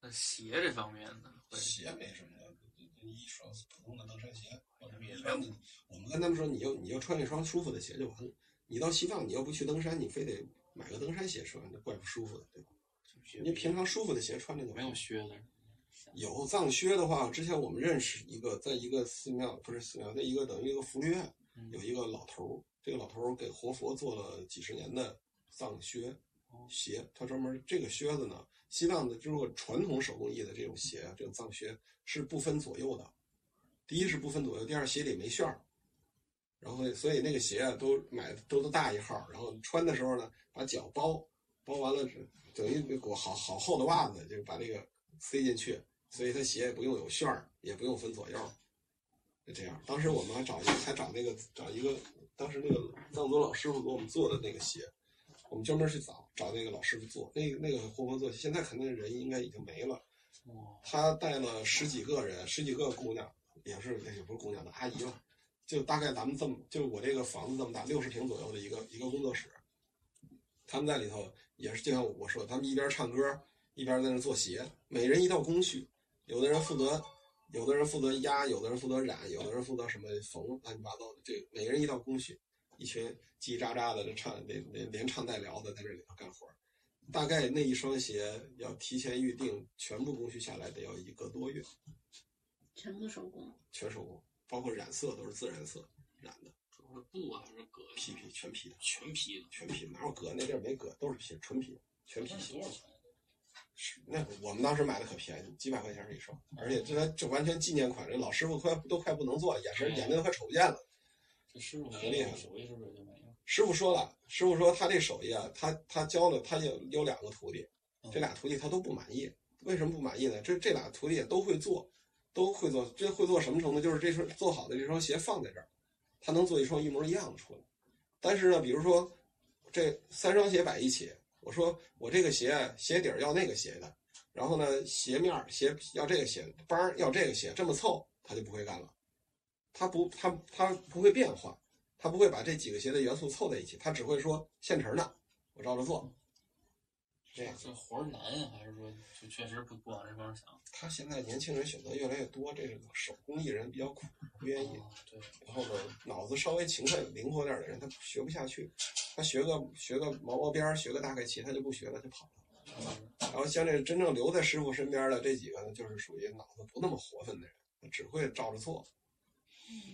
S8: 那鞋这方面呢，会
S5: 鞋没什么的，一双普通的登山鞋，或者是穿的。哎我们跟他们说，你就你就穿一双舒服的鞋就完了。你到西藏，你要不去登山，你非得买个登山鞋穿，那怪不舒服的，对吧？你平常舒服的鞋穿着就
S8: 没
S5: 完了
S8: 有靴子。
S5: 有藏靴的话，之前我们认识一个，在一个寺庙，不是寺庙，在一个等于一个福利院，
S8: 嗯
S5: 有一个老头儿，这个老头儿给活佛做了几十年的藏靴鞋，他专门这个靴子呢，西藏的这种传统手工艺的这种鞋啊，这种藏靴是不分左右的。第一是不分左右，第二鞋底没旋儿，然后所以那个鞋啊都买的都都大一号，然后穿的时候呢把脚包包完了，等于那股好好厚的袜子就把这个塞进去，所以它鞋也不用有旋儿，也不用分左右，就这样。当时我们还找一个还找那个找一个当时那个藏族老师傅给我们做的那个鞋，我们专门去找找那个老师傅做，那个那个活佛做，现在肯定人应该已经没了。
S8: 哦
S5: 他带了十几个人，十几个姑娘，也是也不是姑娘的阿姨了，就大概咱们这么，就我这个房子这么大，六十平左右的一个一个工作室，他们在里头也是就像我说，他们一边唱歌，一边在那做鞋，每人一道工序，有的人负责，有的人负责压，有的人负责染，有的人负责什么缝，乱七八糟的，这个每人一道工序，一群叽叽喳喳的这唱连连连唱带聊的在这里头干活。大概那一双鞋要提前预定，全部工序下来得要一个多月，
S2: 全部手工。
S5: 全手工，包括染色都是自然色染的，
S8: 是布啊还是革呀？
S5: 皮皮全皮的，
S8: 全皮的，
S5: 全皮哪有革？那地儿没革，都是皮，纯皮，全皮
S8: 那
S5: 鞋
S8: 多。少钱？啊
S5: 是那我们当时买的可便宜，几百块钱一双，而且这这完全纪念款，这老师傅快都快不能做，眼神眼睛都快瞅不见了。
S8: 这师傅
S5: 很厉害
S8: 手艺是不是也就没了？
S5: 师傅说了，师傅说他这手艺啊，他他教了他有有两个徒弟，
S8: 嗯
S5: 这俩徒弟他都不满意，为什么不满意呢？这这俩徒弟也都会做，都会做，这会做什么程度？就是这双做好的这双鞋放在这儿，他能做一双一模一样的出来。但是呢，比如说这三双鞋摆一起，我说我这个鞋鞋底儿要那个鞋的，然后呢鞋面儿鞋要这个鞋的，帮儿要这个鞋，这么凑他就不会干了，他不他他不会变化。他不会把这几个鞋的元素凑在一起，他只会说现成的，我照着做。这样，
S8: 这活儿难呀，还是说就确实不不往这方面想？
S5: 他现在年轻人选择越来越多，这个手工艺人比较苦，不愿意。
S8: 哦对，
S5: 然后呢，脑子稍微勤快灵活点的人，他学不下去，他学个学个毛毛边儿，学个大概齐，他就不学了，就跑了。然后像这真正留在师傅身边的这几个呢，就是属于脑子不那么活泛的人，他只会照着做。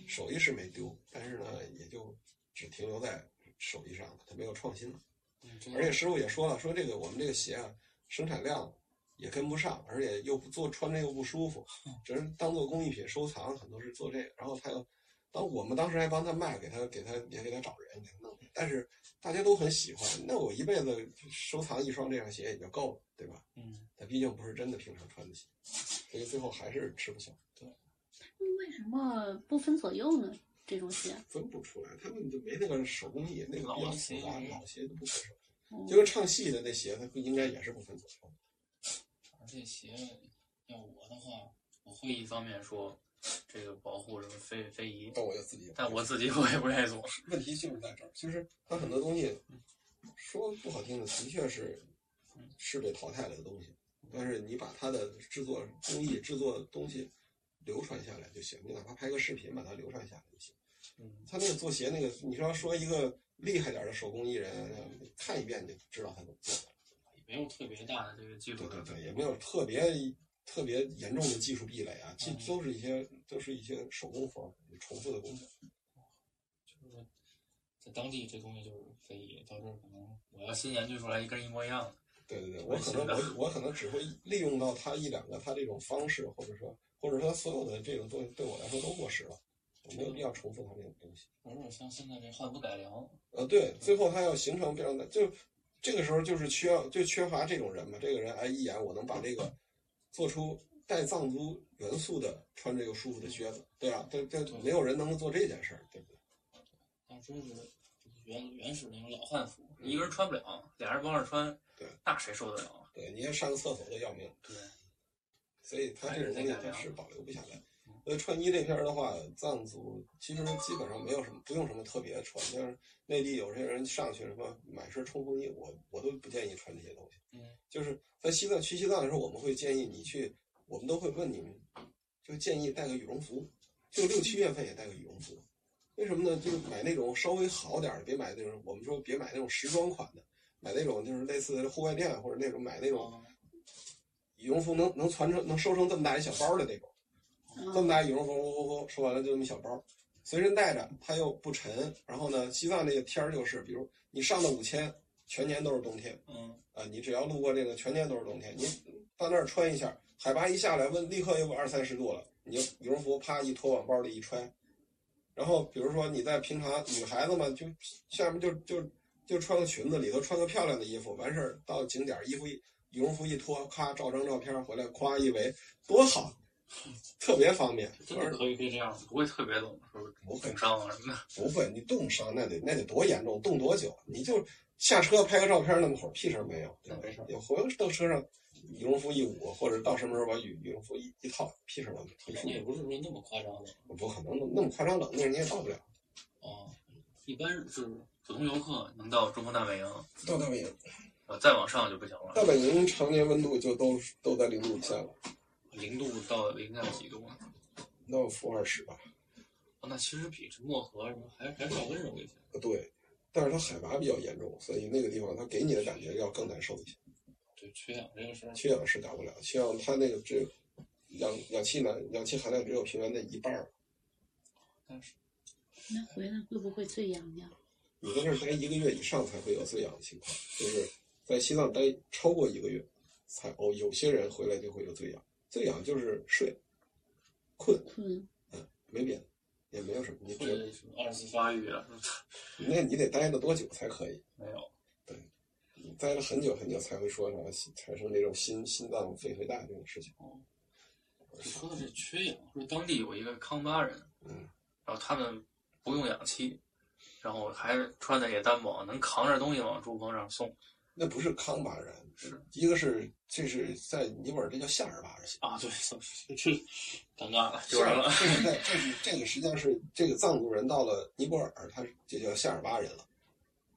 S5: 手艺是没丢，但是呢，也就只停留在手艺上了，他没有创新了。
S8: 嗯真
S5: 而
S8: 的
S5: 且师傅也说了，说这个我们这个鞋啊，生产量也跟不上，而且又不做穿着又不舒服，只是当做工艺品收藏，很多是做这个。然后他又，当我们当时还帮他卖，给他给他也给他找人给他弄，但是大家都很喜欢。那我一辈子收藏一双这样鞋也就够了，对吧？
S8: 嗯，
S5: 但毕竟不是真的平常穿的鞋，所以最后还是吃不消，
S2: 为什么不分左右呢？这种鞋，
S5: 分不出来，他们就没那个手工艺，那个比较复杂，老鞋都不分手。
S2: 嗯
S5: 就跟唱戏的那鞋，它不应该也是不分左右。
S8: 反正这鞋要我的话，我会一方面说这个保护什么非非遗，
S5: 哦但我就自己也不
S8: 但
S5: 会
S8: 我自己我也不愿意做。
S5: 问题就是在这儿，就是它很多东西说不好听的，的确是是被淘汰了的东西，但是你把它的制作工艺、制作东西流传下来就行，你哪怕拍个视频把它流传下来就行。
S8: 嗯，
S5: 他那个做鞋那个，你说说一个厉害点儿的手工艺人，看一遍就知道他怎么做的。
S8: 没有特别大的这个技术
S5: 对对
S8: 的，
S5: 对，也没有特别特别严重的技术壁垒啊，这都是一些都是一些手工活儿，重复的工作。
S8: 就是说在当地这东西就是非遗，到这儿可能我要新研究出来一根一模一样的，
S5: 对对对，我可能我我可能只会利用到它一两个它这种方式，或者说或者说所有的这种东西对我来说都过时了，我没有必要重复它这种东西。
S8: 有点像现在这汉服改良，
S5: 呃，对，最后它要形成变成的，就这个时候就是缺就缺乏这种人嘛，这个人哎一眼我能把这个做出带藏族元素的穿着又舒服的靴子，对吧？对对，没有人能够做这件事儿，对不对？
S8: 但真是原原始那种老汉服，一个人穿不了，俩人帮着穿
S5: 嗯对，
S8: 那谁受得了啊？
S5: 对，你看上个厕所都要命，
S8: 对，
S5: 所以它这种东
S8: 哎
S5: 西它
S8: 啊
S5: 是保留不下来。呃，穿衣这片儿的话，藏族其实基本上没有什么，不用什么特别的穿。但是内地有些人上去什么买身冲锋衣，我我都不建议穿这些东西。
S8: 嗯，
S5: 就是在西藏去西藏的时候，我们会建议你去，我们都会问你们，就建议带个羽绒服，就六七月份也带个羽绒服。为什么呢？就是买那种稍微好点儿的，别买那种我们说别买那种时装款的，买那种就是类似户外店或者那种买那种羽绒服能能攒成能收成这么大一小包的那种，这么大一羽绒服，呼呼呼，说完了就这么一小包，随身带着，它又不沉。然后呢，西藏这个天儿就是，比如你上到五千，全年都是冬天
S8: 嗯，
S5: 啊！你只要路过这个，全年都是冬天。你到那儿穿一下，海拔一下来，温立刻又二三十度了，你就羽绒服啪一脱往包里一揣。然后比如说你在平常女孩子嘛，就下面就就就穿个裙子，里头穿个漂亮的衣服，完事儿到景点儿衣服一羽绒服一脱，咔照张照片回来，夸一围，多好，特别方便。
S8: 真的可以可以这样，不会特别冷，说
S5: 不会
S8: 冻伤啊什么的。
S5: 不会，你冻伤那得那得多严重，冻多久？啊你就下车拍个照片，那么会儿屁事儿没有，对吧
S4: 没事儿
S5: 有回到车上，羽绒服一捂，或者到什么时候把羽羽绒服一一套，屁事儿都没
S8: 可能也
S5: 有。
S8: 不是说那么夸张的
S5: 不可能那么夸张冷，那你也到不了。
S8: 哦。一般是普通游客能到中国大本营，
S5: 到大本营，
S8: 呃，再往上就不行了。
S5: 大本营常年温度就都都在零度以下了，
S8: 零度到零下几度啊？
S5: 那我负二十吧。
S8: 哦那其实比这漠河什么还还是要温柔一些。
S5: 对，但是它海拔比较严重，所以那个地方它给你的感觉要更难受一些。
S8: 对，缺氧这个事儿，
S5: 缺氧是达不了，缺氧它那个只有氧氧气呢，氧气含量只有平原的一半儿。
S8: 但是
S2: 那回来会不会最痒痒？
S5: 你在那儿待一个月以上才会有最痒的情况，就是在西藏待超过一个月，才哦，有些人回来就会有最痒。最痒就是睡、困，
S2: 困，
S5: 没别的，也没有什么。你
S8: 或
S5: 只有
S8: 者什么二次发育啊，什么的
S5: 那你得待了多久才可以？
S8: 没有。
S5: 你待了很久很久才会说啥心产生这种心心脏肺肥大这种事情。
S8: 说的是缺氧，说当地有一个康巴人，
S5: 嗯，
S8: 然后他们不用氧气，然后还穿的也单薄，能扛着东西往珠峰上送
S5: 那不是康巴人，
S8: 是
S5: 一个是这是在尼泊尔，这叫夏尔巴人。
S8: 啊。对，这尴尬了，丢
S5: 夏
S8: 人
S5: 尔
S8: 了。
S5: 这个在这是这个实际上是这个藏族人到了尼泊尔，他是就叫夏尔巴人了。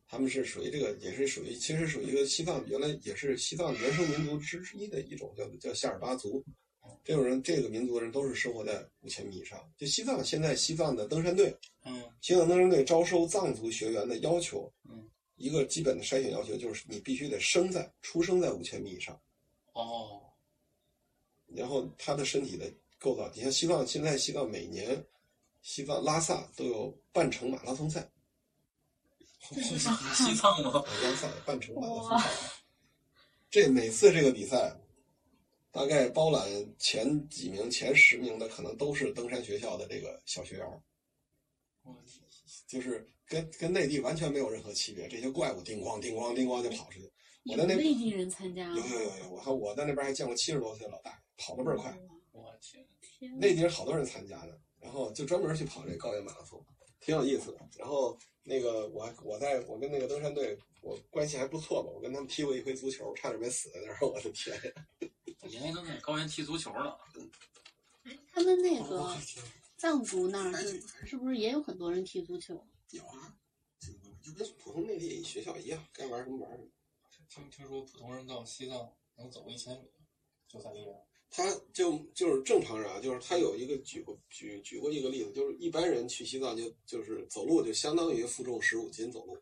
S5: 他们是属于这个，也是属于，其实属于一个西藏，原来也是西藏原生民族之一的一种，叫叫夏尔巴族。这种人，这个民族的人都是生活在五千米以上。就西藏现在西藏的登山队，
S8: 嗯，
S5: 西藏登山队招收藏族学员的要求，
S8: 嗯，
S5: 一个基本的筛选要求就是你必须得生在出生在五千米以上。
S8: 哦，
S5: 然后他的身体的构造，你像西藏现在西藏每年，西藏拉萨都有半程马拉松赛， *laughs*
S8: 西藏 *laughs* 吗？
S5: 拉萨半程马拉松赛，这每次这个比赛，大概包揽前几名、前十名的可能都是登山学校的这个小学员儿，
S8: 我
S5: 就是跟跟内地完全没有任何区别，这些怪物叮咣叮咣叮咣就跑出去。我
S2: 有
S5: 在那
S2: 内地人参加
S5: 有，有有有，我还我在那边还见过七十多岁的老大爷，跑得倍儿快。
S8: 我天，
S2: 天哪，
S5: 那年好多人参加的，然后就专门去跑这高原马拉松，挺有意思的。然后那个我我在我跟那个登山队我关系还不错吧，我跟他们踢过一回足球，差点没死在那儿。 *laughs* 我的天！
S8: 我原来都在高原踢足球呢。
S2: 他们那个藏族那儿是是不是也有很多人踢足球？
S5: 有啊，这个就跟普通内地学校一样，该玩什么玩什么。
S8: 听听说普通人到西藏能走一千米，就在那边。
S5: 他就就是正常人啊，就是他有一个举过举举过一个例子，就是一般人去西藏就就是走路就相当于负重十五斤走路，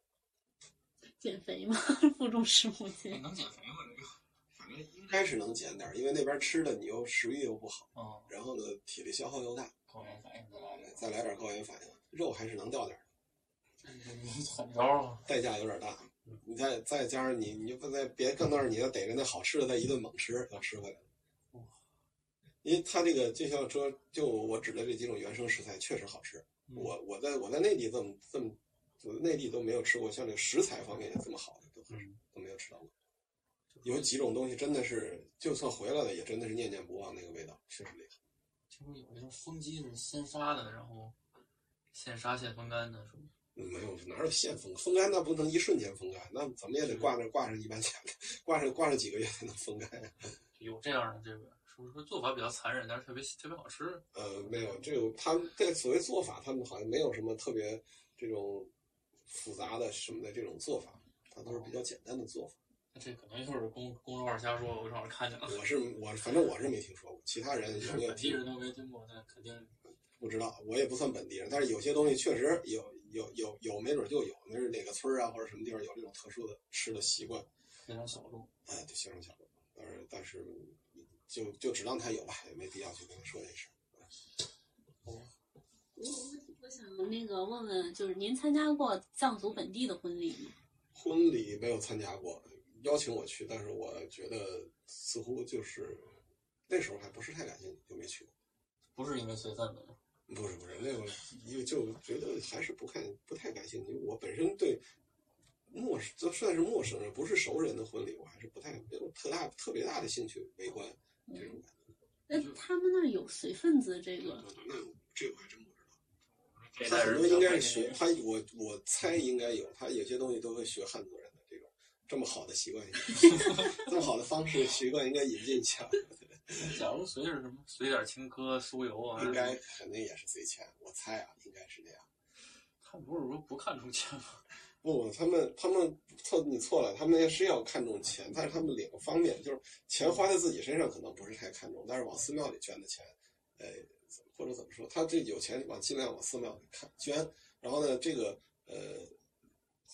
S2: 减肥吗？负重十五
S8: 哎，
S2: 斤，
S8: 能减肥吗？这个？
S5: 反正应该是能减点儿，因为那边吃的你又食欲又不好，
S8: 哦，
S5: 然后呢体力消耗又大。
S8: 高原反应过来了，
S5: 再来点高原反应，肉还是能掉点儿，
S8: 很高啊。
S5: 代价有点大。你再再加上你，你就不再别更闹，你要逮着那好吃的再一顿猛吃，要吃回来。因为它这个就像说，就我指的这几种原生食材确实好吃。
S8: 嗯
S5: 我我在我在内地这么这么，我在内地都没有吃过像这食材方面这么好的，都很少都没有吃到过。有几种东西真的是，就算回来了也真的是念念不忘那个味道，确实厉害。
S8: 听说有一种风机是先杀的，然后现杀现风干的，是吗？
S5: 嗯没有，哪有现风？风干那不能一瞬间风干，那怎么也得挂着挂上一般钱，挂上挂上几个月才能风干呀。
S8: 有这样的这个，是不是说做法比较残忍，但是特别特别好吃？
S5: 呃，没有，这个他们这所谓做法，他们好像没有什么特别这种复杂的什么的这种做法，它都是比较简单的做法。
S8: 那这可能一会儿公公众号瞎说，我正好看见了。
S5: 我是我反正我是没听说过，其他
S8: *laughs*
S5: 人有没有
S8: 哦本地人都没听过，但肯定
S5: 不知道，我也不算本地人，但是有些东西确实有有有有，没准就有，那是哪个村儿啊或者什么地方有这种特殊的吃的习惯。
S8: 非常小众。
S5: 哎，对，先生小众，但是但是就就只当他有吧，也没必要去跟他说这事儿。
S2: 我我我想那个问问，就是您参加过藏族本地的婚礼吗？
S5: 婚礼没有参加过，邀请我去，但是我觉得似乎就是那时候还不是太感兴趣，就没去过。
S8: 不是因为随份子，
S5: 不是不是，那个就就觉得还是不看不太感兴趣。我本身对陌生就算是陌生人，不是熟人的婚礼，我还是不太没有特大特别大的兴趣围观这种感觉。
S2: 呃
S6: 那他们那儿有随份子这
S5: 对
S6: 个，
S4: 嗯
S5: 对对，那我这个我还真不知道。
S8: 这一
S5: 他
S8: 代
S5: 很
S8: 人
S5: 多应
S8: 比较
S5: 该
S8: 开
S5: 是
S8: 心
S5: 学他，我我猜应该有，他有些东西都会学汉族人的这种这么好的习惯， *laughs* 这么好的方式习惯应该引进一 *laughs* 下，
S8: 假如随着什么随点青稞、酥油啊，
S5: 应该肯定也是随钱，我猜啊，应该是这样。
S8: 他不是说不看重钱吗？
S5: 不，他们他们错，你错了，他们是要看重钱，但是他们两个方面，就是钱花在自己身上可能不是太看重，但是往寺庙里捐的钱，呃，或者怎么说，他这有钱往尽量往寺庙里看捐，然后呢，这个呃，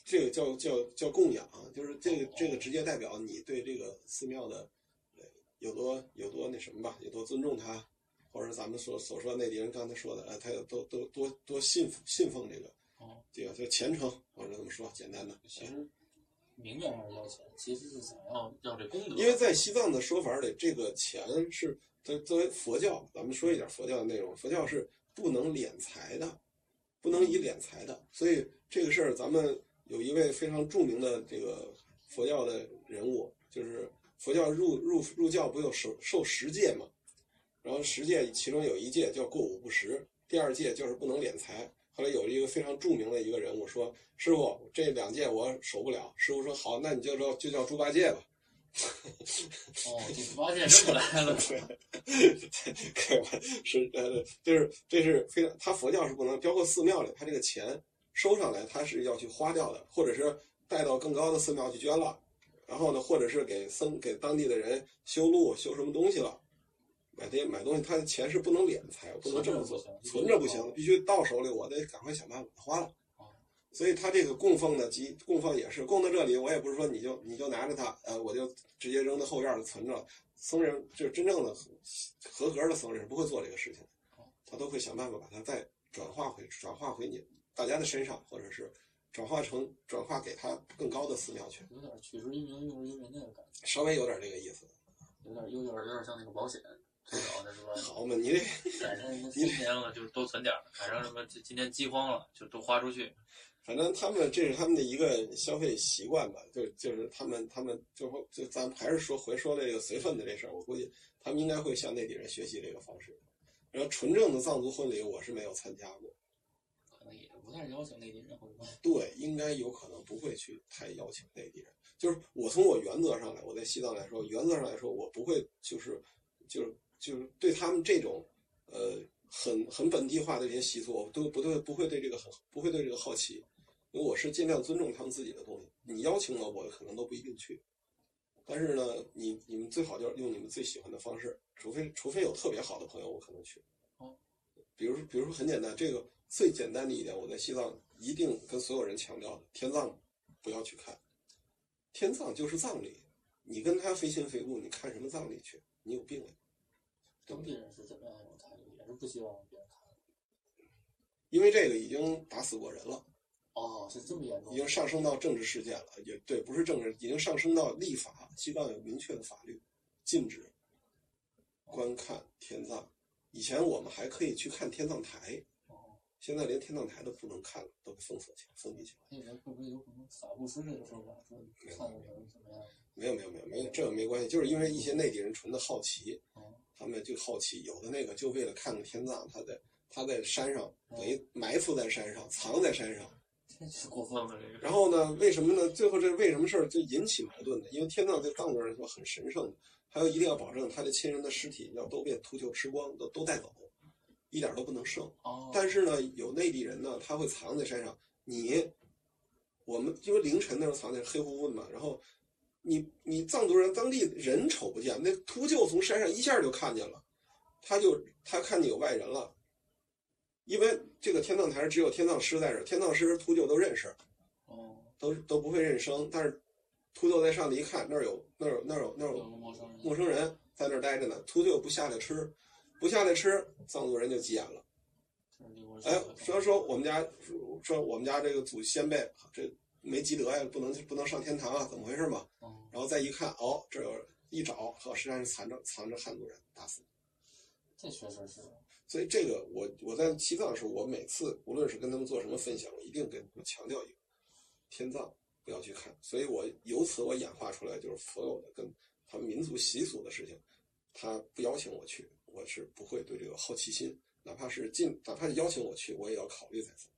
S5: 这个叫叫叫供养，就是这个这个直接代表你对这个寺庙的呃有多有多那什么吧，有多尊重他，或者咱们所所说内地人刚才说的，呃，他有多多多多信奉信奉这个。
S8: 哦，
S5: 这个叫虔诚，或者怎么说，简单的。
S8: 其实明面上是要钱，其实是想要要这功德，
S5: 因为在西藏的说法里，这个钱是它作为佛教，咱们说一点佛教的内容，佛教是不能敛财的，不能以敛财的。所以这个事儿，咱们有一位非常著名的这个佛教的人物，就是佛教入入入教不有受受十戒嘛，然后十戒其中有一戒叫过午不食，第二戒就是不能敛财。后来有一个非常著名的一个人物说：“师傅，这两戒我守不了。”师傅说：“好，那你就叫就叫猪八戒吧。”
S8: 哦，第十八戒又来了，
S5: 对，玩是呃，就是这是非常，他佛教是不能，包括寺庙里，他这个钱收上来，他是要去花掉的，或者是带到更高的寺庙去捐了，然后呢，或者是给僧给当地的人修路修什么东西了，买这买东西，他的钱是不能敛财，不能这么做，存
S8: 存
S5: 着
S8: 着
S5: 不
S8: 不行
S5: 行，必须到手里，我得赶快想办法花了。所以他这个供奉呢，及供奉也是供到这里，我也不是说你就你就拿着它，呃，我就直接扔到后院儿存着了，僧人就是真正的合格的僧人不会做这个事情，他都会想办法把它再转化回转化回你大家的身上，或者是转化成转化给他更高的寺庙去，
S8: 有点取之于民，用之于民那个感觉，
S5: 稍微有点这个意思。
S8: 有点有点有点像那个保险，推倒那是吧？
S5: 好嘛，你这
S8: 赶上什么新年了就多存点儿，赶上什么今今年饥荒了就都花出去，
S5: 反正他们这是他们的一个消费习惯吧，就就是他们他们就说就咱们还是说回说这个随份子这事儿，我估计他们应该会向内地人学习这个方式。然后纯正的藏族婚礼我是没有参加过，
S8: 可能也不太邀请内地人回来。
S5: 对，应该有可能不会去太邀请内地人。就是我从我原则上来，我在西藏来说，原则上来说，我不会就是就是就是对他们这种呃很很本地化的这些习俗，我都不对不会对这个很不会对这个好奇，因为我是尽量尊重他们自己的东西。你邀请我，我可能都不一定去。但是呢，你你们最好就是用你们最喜欢的方式，除非除非有特别好的朋友，我可能去。
S8: 哦，
S5: 比如说比如说很简单，这个最简单的一点，我在西藏一定跟所有人强调的，天葬不要去看，天葬就是葬礼，你跟他非亲非故，你看什么葬礼去？你有病啊！
S8: 当地人是怎么样一种态度？也是不希望别人看。
S5: 因为这个已经打死过人了，
S8: 哦，是这么严重
S5: 已。经上升到政治事件了，也对，不是政治，已经上升到立法。西藏有明确的法律禁止观看天葬。以前我们还可以去看天葬台，
S8: 哦，
S5: 现在连天葬台都不能看了，都被封锁起来、封闭起来。
S8: 那人会不会有可能法布施这个说法，说看有人怎么样？
S5: 没有没有没有没有，这个没关系，就是因为一些内地人纯的好奇，
S8: 哦，
S5: 他们就好奇，有的那个就为了看个天葬，他在他在山上等于埋伏在山上，藏在山上。
S8: 真是过分了这个。
S5: 然后呢，为什么呢？最后这为什么事儿就引起矛盾呢？因为天葬对藏族人来说很神圣的，还有一定要保证他的亲人的尸体要都被秃鹫吃光，都都带走，一点都不能剩。
S8: 哦，
S5: 但是呢，有内地人呢，他会藏在山上。你，我们因为凌晨那时候藏在黑乎乎的嘛，然后你你藏族人当地人瞅不见，那秃鹫从山上一下就看见了，他就他看见有外人了，因为这个天葬台只有天葬师在这儿，天葬师秃鹫都认识，
S8: 哦，
S5: 都都不会认生，但是秃鹫在上头一看，那儿有那儿有那儿有那儿
S8: 有
S5: 有
S8: 个陌生人，
S5: 陌生人在那儿待着呢，秃鹫不下来吃，不下来吃，藏族人就急眼了。
S8: 这是离我
S5: 哎哎，虽然说我们家说我们家这个祖先辈，这没积德呀，不能不能上天堂啊，怎么回事嘛？
S8: 哦，
S5: 然后再一看，哦，这有一找，呵，实际上是藏着藏着汉族人，打死。
S8: 这确实是，
S5: 所以这个我我在西藏的时候，我每次无论是跟他们做什么分享，我一定跟他们强调一个天葬不要去看。所以我由此我演化出来就是所有的跟他们民族习俗的事情，他不邀请我去，我是不会对这个好奇心，哪怕是进哪怕是邀请我去，我也要考虑再三。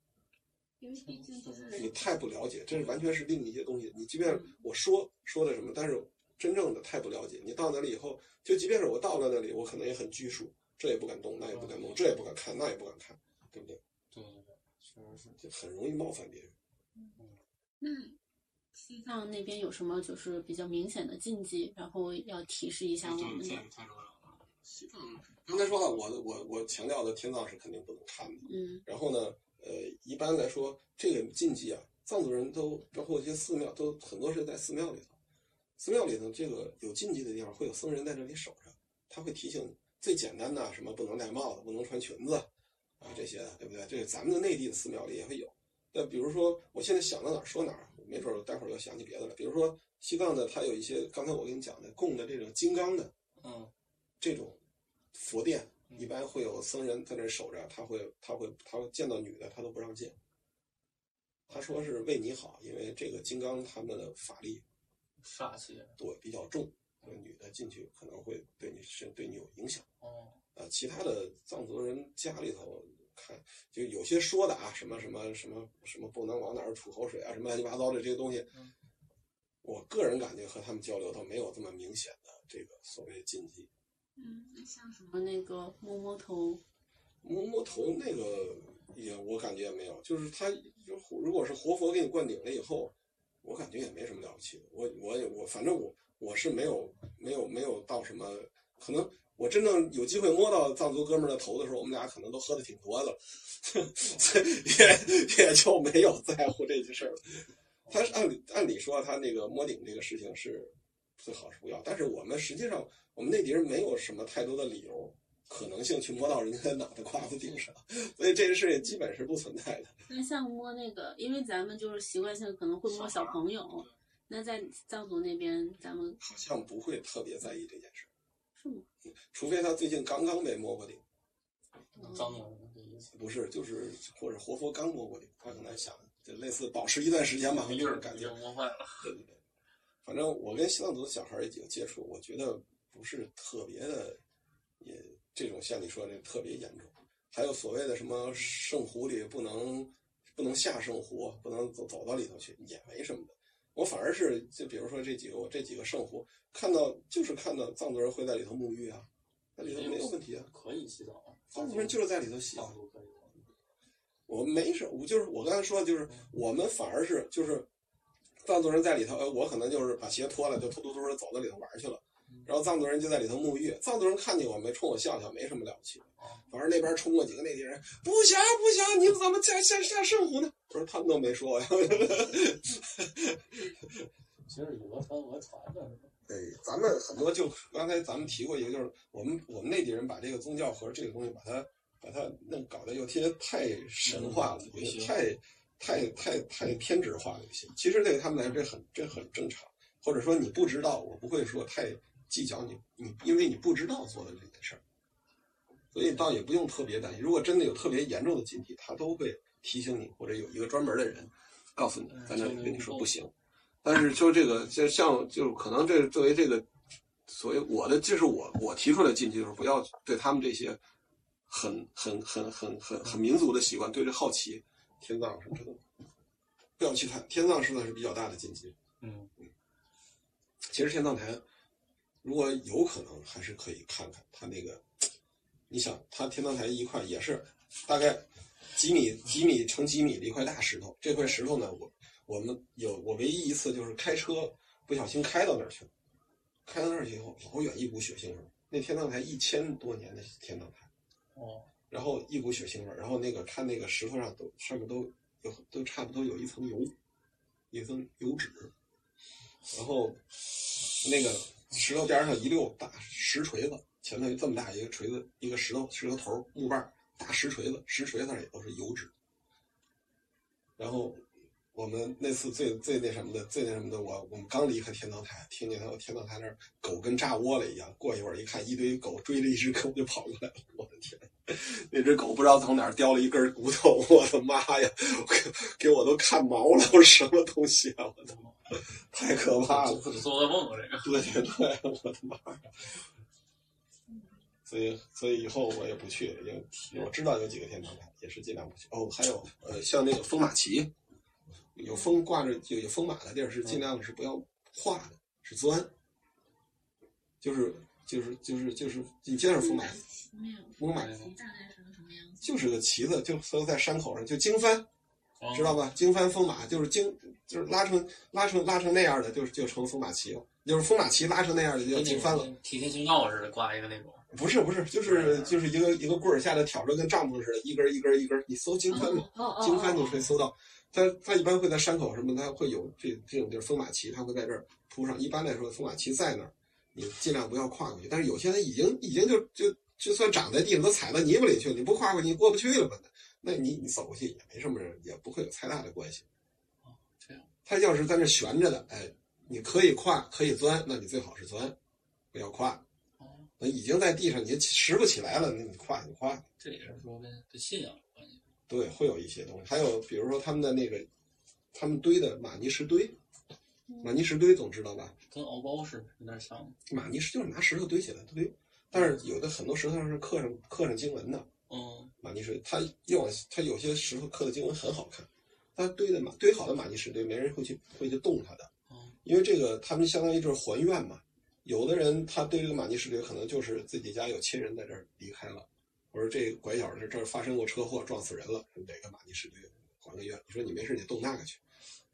S6: 因为毕竟都是
S5: 你太不了解，这是完全是另一些东西。你即便我说说的什么，但是真正的太不了解。你到那里以后，就即便是我到了那里，我可能也很拘束，这也不敢动，那也不敢动，这也不敢看，那也不敢看，对不对？
S8: 对对对，确实是。
S5: 就很容易冒犯别人。
S6: 那西藏那边有什么就是比较明显的禁忌，然后要提示一
S8: 哎
S6: 下我们
S10: 这
S6: 的
S10: 个？太重要了。
S6: 西藏，
S5: 刚才说了，我的我我强调的天葬是肯定不能看的。
S6: 嗯
S5: 然后呢，呃，一般来说，这个禁忌啊，藏族人都包括一些寺庙，都很多是在寺庙里头。寺庙里头，这个有禁忌的地方会有僧人在这里守着，他会提醒你。最简单的什么不能戴帽子，不能穿裙子啊，这些的，对不对？这个咱们的内地的寺庙里也会有。那比如说，我现在想到哪儿说哪儿，没准儿待会儿又想起别的了。比如说西藏的，它有一些刚才我跟你讲的供的这种金刚的，
S8: 嗯，
S5: 这种佛殿，
S8: 嗯
S5: 一般会有僧人在那儿守着，他会他会他会见到女的，他都不让见。他说是为你好，因为这个金刚他们的法力
S8: 煞气。
S5: 多比较重，这个女的进去可能会对你身对你有影响。
S8: 哦，
S5: 呃，其他的藏族人家里头看，就有些说的啊，什么什么什么什么不能往哪儿吐口水啊，什么乱七八糟的这些东西
S8: 嗯，
S5: 我个人感觉和他们交流倒没有这么明显的这个所谓禁忌。
S6: 嗯，那像什么那个摸摸头，
S5: 摸摸头那个也我感觉也没有，就是他就如果是活佛给你灌顶了以后，我感觉也没什么了不起的。我我也我反正我我是没有没有没有到什么，可能我真正有机会摸到藏族哥们儿的头的时候，我们俩可能都喝的挺多的了， *laughs* 所以也也就没有在乎这件事儿了。他是按理按理说他那个摸顶这个事情是最好是不要，但是我们实际上我们内地人没有什么太多的理由。可能性去摸到人家的脑袋瓜子顶上，所以这个事情基本是不存在的。
S6: 那像摸那个，因为咱们就是习惯性可能会摸小朋友，那在藏族那边咱们
S5: 好像不会特别在意这件事，嗯
S6: 是吗？
S5: 除非他最近刚刚被摸过顶，
S6: 嗯
S8: 脏了，这意思。
S5: 不是，就是或者活佛刚摸过顶，他可能想就类似保持一段时间吧，这种感觉
S8: 已。经摸坏了。
S5: 对对对，反正我跟西藏族的小孩儿也有接触，我觉得不是特别的，也这种像你说的特别严重。还有所谓的什么圣湖里不能不能下圣湖，不能走走到里头去，也没什么的。我反而是就比如说这几个我这几个圣湖，看到就是看到藏族人会在里头沐浴啊，在里头没有问题啊，
S8: 可以洗澡啊。
S5: 藏族人就是在里头洗啊
S8: 藏。族可以吗。
S5: 我没事，我就是我刚才说，的，就是我们反而是就是藏族人在里头，呃，我可能就是把鞋脱了，就突突突的走到里头玩去了，然后藏族人就在里头沐浴，藏族人看见我没冲我笑笑，没什么了不起的，反正那边冲过几个内地人，不行不行，你们怎么下下下圣湖呢？我说他们都没说呀。 *laughs*
S8: 其实以讹传讹传的，
S5: 对，哎咱们很多就刚才咱们提过一个，就是我们我们内地人把这个宗教和这个东西把它把它弄搞得有些太神化了，有些太太太太偏执化了一些。其实对他们来说这很这很正常，或者说你不知道，我不会说太计较你你，因为你不知道做的这件事儿，所以倒也不用特别担心。如果真的有特别严重的禁忌，他都会提醒你，或者有一个专门的人告诉你，在那里跟你说不行。但是就这个，就像就是可能这作为这个，所以我的这是我我提出来禁忌，就是不要对他们这些很很很很很很民族的习惯对这好奇，天葬什么这都不要去看。天葬实在是比较大的禁忌。
S8: 嗯，
S5: 其实天葬台如果有可能，还是可以看看它那个。你想，它天葬台一块也是大概几米几米乘几米的一块大石头，这块石头呢，我我们有我唯一一次就是开车不小心开到那儿去了，开到那儿去以后，老远一股血腥味儿。那天葬台一千多年的天葬台，
S8: 哦，
S5: 然后一股血腥味儿，然后那个看那个石头上都上面都有都差不多有一层油，一层油脂，然后那个石头边儿上一溜大石锤子，前头有这么大一个锤子，一个石头石头头儿木棒儿大石锤子，石锤子上也都是油脂，然后我们那次最最那什么的，最那什么的，我我们刚离开天堂台，听见他们天堂台那儿狗跟炸窝了一样，过一会儿一看，一堆狗追着一只狗就跑过来了，我的天！那只狗不知道从哪儿叼了一根骨头，我的妈呀，给给我都看毛了，我什么东西啊，我的妈，太可怕了！
S8: 做噩梦啊，这
S5: *laughs*
S8: 个。
S5: 对对对，我的妈呀！所以，所以以后我也不去，因为我知道有几个天堂台，也是尽量不去。哦，还有呃，像那个风马旗，有风挂着有有风马的地儿是尽量是不要画的，是钻，就是就是就是就是你见着风马，
S6: 没有，
S5: 风马
S6: 你大概是个什么样子？
S5: 就是个旗子，就所以在山口上就经幡，
S8: 哦
S5: 知道吧？经幡风马就是经就是拉成拉成拉成那样的，就是就成风马旗了，就是风马旗拉成那样的就叫
S8: 跟
S5: 经
S8: 那
S5: 幡了。
S8: 种提前行道似的挂一个那种，
S5: 不是不是，就是就是一个一个棍儿下来挑着跟帐篷似的，一根儿一根儿一根儿。你搜
S8: 嗯
S5: 经幡嘛，
S6: 哦哦，
S5: 经幡就可以搜到。它它一般会在山口什么，它会有这这种就是风马旗，它会在这儿铺上。一般来说，风马旗在那儿，你尽量不要跨过去。但是有些它已经已经就就就算长在地上，都踩到泥巴里去了，你不跨过去，你过不去了嘛？那你你走过去也没什么人，也不会有太大的关系。
S8: 哦这样。
S5: 它要是在那悬着的，哎，你可以跨，可以钻，那你最好是钻，不要跨。
S8: 哦，
S5: 那呃已经在地上，你拾不起来了，那你跨你跨。
S8: 这也是说跟跟信仰有关系。
S5: 对，会有一些东西。还有比如说他们的那个，他们堆的玛尼石堆，玛尼石堆总知道吧？
S8: 跟敖包似的，有点像。
S5: 玛尼石就是拿石头堆起来的堆，但是有的很多石头上是刻上刻上经文的。
S8: 嗯，
S5: 玛尼石，它越往它有些石头刻的经文很好看，它堆的玛堆好的玛尼石堆，没人会去会去动它的
S8: 哦，
S5: 因为这个他们相当于就是还愿嘛。有的人他堆这个玛尼石堆，可能就是自己家有亲人在这儿离开了，我说这拐角这这儿发生过车祸，撞死人了，哪个玛尼石堆还个愿？你说你没事你动那个去，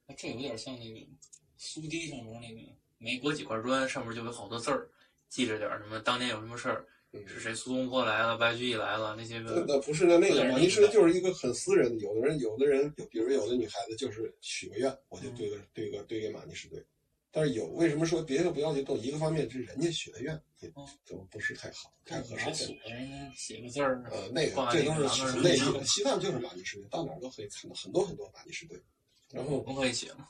S8: 那这有点像那个苏堤上面那个没裹几块砖，上面就有好多字儿，记着点儿什么当年有什么事儿，
S5: 嗯
S8: 是谁苏东坡来了，白居易来了那些
S5: 那
S8: 个。
S5: 那呃不是那那
S8: 呃不
S5: 个
S8: 能
S5: 嘛，
S8: 理
S5: 你是
S8: 解
S5: 就是一个很私人的，有的人有的人有，比如有的女孩子就是许个愿，我就堆个
S8: 嗯
S5: 堆个堆给玛尼石堆。但是有为什么说别的不要去动？一个方面是人家许的愿，也
S8: 哦
S5: 都不是太好，太
S8: 拿
S5: 合适
S8: 锁
S5: 现在。
S8: 呀，写个字儿，
S5: 呃，那个
S8: 挂
S5: 这
S8: 那
S5: 都
S8: 个栏
S5: 是
S8: 杆
S5: 很
S8: 儿
S5: 内
S8: 上
S5: 地的，西藏就是玛尼石堆，到哪儿都可以看到很多很多玛尼石堆。然后
S8: 我们可以写嘛？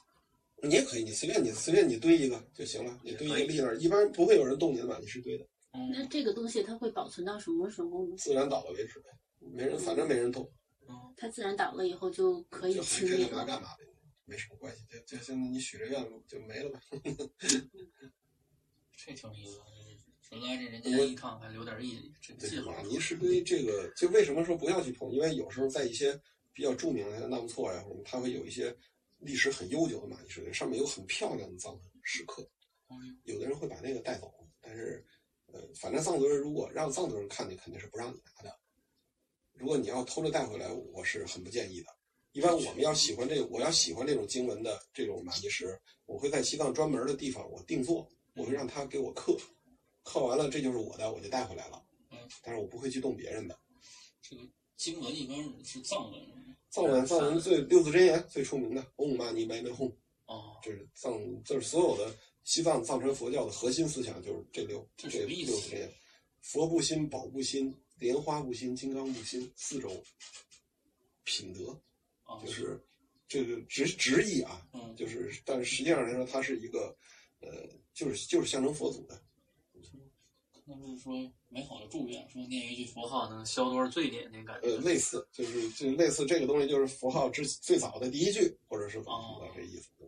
S5: 你也可以，你随便你随便你堆一个就行了，你堆一个
S8: 也可以
S5: 立那儿，一般不会有人动你的玛尼石堆的，
S6: 那
S8: 嗯，
S6: 这个东西它会保存到什么时候呢？
S5: 自然倒了为止呗，没人反正没人动。
S6: 它自然倒了以后就可以
S5: 就
S6: 清
S5: 还是
S6: 理
S5: 该干嘛
S6: 了。
S5: 干嘛呗，没什么关系。就就现在你许这愿了就没了吧。
S8: 这挺有意思的。这人来这人间一趟，还留点意义，这
S5: 对
S8: 记好
S5: 玛
S8: 了。
S5: 尼石堆这个，就为什么说不要去碰？因为有时候在一些比较著名的像纳木错呀什么，它会有一些历史很悠久的玛尼石堆，上面有很漂亮的藏文石刻
S8: 哦。
S5: 有的人会把那个带走，但是呃，反正藏族人如果让藏族人看见，肯定是不让你拿的。如果你要偷着带回来，我是很不建议的。一般我们要喜欢这，我要喜欢这种经文的这种玛尼石，我会在西藏专门的地方我定做，我会让他给我刻，刻完了这就是我的，我就带回来了。但是我不会去动别人的。
S8: 这个呃经文一般是是藏文
S5: 藏文，藏文最六字真言最出名的“嗡嘛呢叭咪吽
S8: 哦”，，
S5: 这是藏，这是所有的西藏藏传佛教的核心思想，就是这六
S8: 这
S5: 这
S8: 什么意思
S5: 六字真言：佛不心，宝不心，莲花不心，金刚不心，四种品德，
S8: 哦，
S5: 就是这个直直译啊，
S8: 嗯，
S5: 就是但是实际上来说，它是一个呃，就是就是象征佛祖的。
S8: 那不是说美好的祝愿，说念一句佛号能消多少罪孽那感觉
S5: 呃，。类似，就是就是类似这个东西，就是符号之最早的第一句，或者是
S8: 哦
S5: 这意思。嗯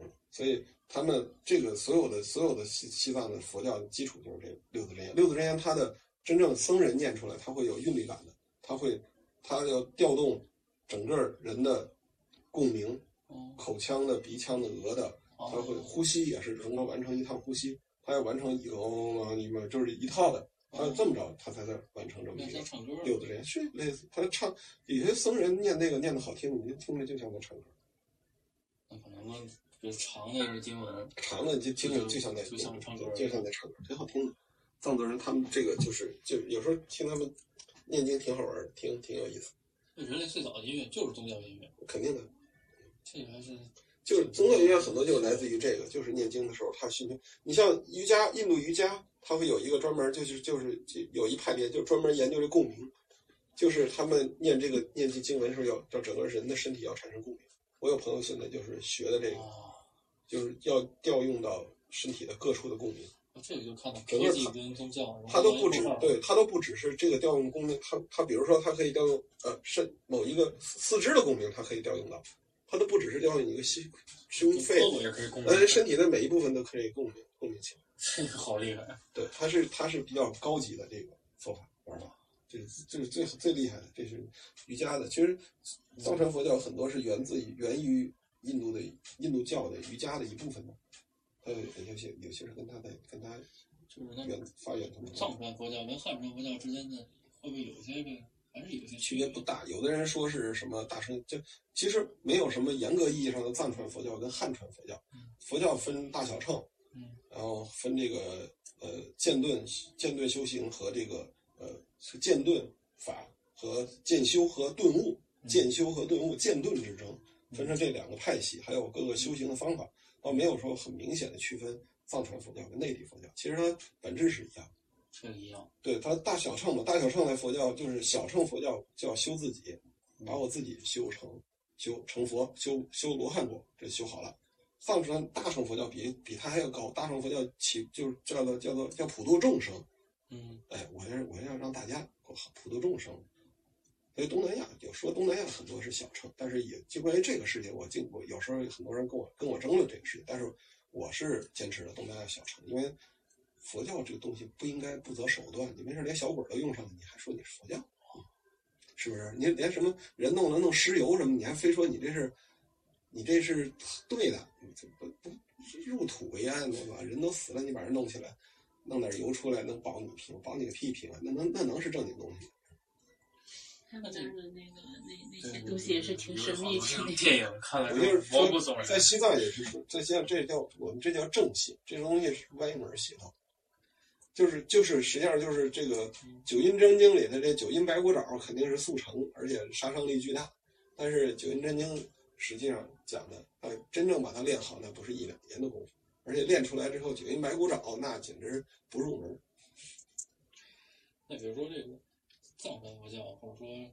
S5: 嗯，所以他们这个所有的所有的西西藏的佛教基础就是这六字真言。六字真言它的真正僧人念出来，它会有韵律感的，它会它要调动整个人的共鸣，
S8: 哦
S5: 口腔的、鼻腔的、额的，
S8: 哦
S5: 它会呼吸也是能够完成一趟呼吸，它要完成一个嗡嗡嗡，你们就是一套的，它这么着，它才能完成这么
S8: 哦那
S5: 一个
S8: 像。唱歌儿
S5: 有的人是类似，他唱有些僧人念那个念的好听，你就听着就像在唱歌，
S8: 那可能说，比如长那个经文，
S5: 长了你就听着就像在
S8: 就像唱歌
S5: 就像在唱歌，挺好听的。藏族人他们这个就是就有时候听他们念经挺好玩的，挺挺有意思，
S8: 就人类最早的音乐就是宗教音乐，
S5: 肯定的。
S8: 这个还是
S5: 就是宗教音乐很多就是来自于这个，就是念经的时候他寻求。你像瑜伽，印度瑜伽，它会有一个专门就是就是就有一派别就专门研究这共鸣，就是他们念这个念经经文的时候要要整个人的身体要产生共鸣，我有朋友现在就是学的这个，
S8: 啊
S11: 哦，
S5: 就是要调用到身体的各处的共鸣。
S11: 这个就看到科
S5: 整个
S11: 技
S5: 它
S11: 跟宗教
S8: 哦
S11: 融合
S5: 它都不止
S11: 一块儿，了
S5: 对，它都不只是这个调用功能，它它比如说它可以调用呃肾某一个四四肢的功能，它可以调用到，它都不只是调用你的心胸
S11: 跟
S5: 肺
S11: 科，目也可以共鸣，
S5: 呃，身体的每一部分都可以共鸣共鸣起来。
S11: 这个 *laughs* 好厉害。
S5: 对，它是它是比较高级的这个做法玩法，这是这是最最厉害的，这是瑜伽的。其实藏传佛教很多是源自于源于印度的印度教的瑜伽的一部分的，它有有些有些是跟它的跟它
S11: 就是那
S5: 源发源同
S11: 藏传佛教跟汉传佛教之间的会不会有一些这个还是有一些
S5: 区别不大。有的人说是什么大乘，就其实没有什么严格意义上的藏传佛教跟汉传佛教。佛教分大小乘，
S11: 嗯，
S5: 然后分这个呃剑顿剑顿修行和这个呃剑顿法和剑修和顿悟，剑修和顿悟剑顿之争，分成这两个派系，还有各个修行的方法，倒没有说很明显的区分藏传佛教跟内地佛教，其实它本质是一样的。
S11: 这个一样？
S5: 对它大小乘嘛，大小乘在佛教就是小乘佛教叫修自己，把我自己修成修成佛，修修罗汉果，这修好了。藏传大乘佛教比比它还要高，大乘佛教起就是叫做叫做叫普度众生，
S11: 嗯，
S5: 哎，我要我要让大家我普度众生。所以东南亚有说东南亚很多是小乘，但是也就关于这个事情，我经我有时候很多人跟我跟我争论这个事情，但是我是坚持的东南亚小乘，因为佛教这个东西不应该不择手段，你没事连小鬼儿都用上了，你还说你是佛教，是不是？你连什么人弄了弄石油什么，你还非说你这是你这是对的，你这不不入土为安，对吧？人都死了，你把人弄起来，弄点油出来能保你平，保你个屁平啊！那能那能是正经东西？
S2: 他们家的那个那那
S11: 对
S2: 些
S11: 对
S2: 东西也是挺神秘
S8: 有好多那种
S2: *laughs* 的。
S8: 电影看了
S5: 我
S8: 之
S5: 就是
S8: 后
S5: 说
S8: 毛骨悚，
S5: 在
S8: 然。
S5: 西藏也是说，在西藏这叫我们这叫正信，这种东西是歪门邪道，就是就是实际上就是这个《九阴真经》里的这九阴白骨爪肯定是速成，而且杀伤力巨大，但是《九阴真经》实际上讲的，呃，真正把它练好，那不是一两年的功夫，而且练出来之后，九阴白骨爪那简直不入门。
S11: 那比如说这个藏传佛教，或者说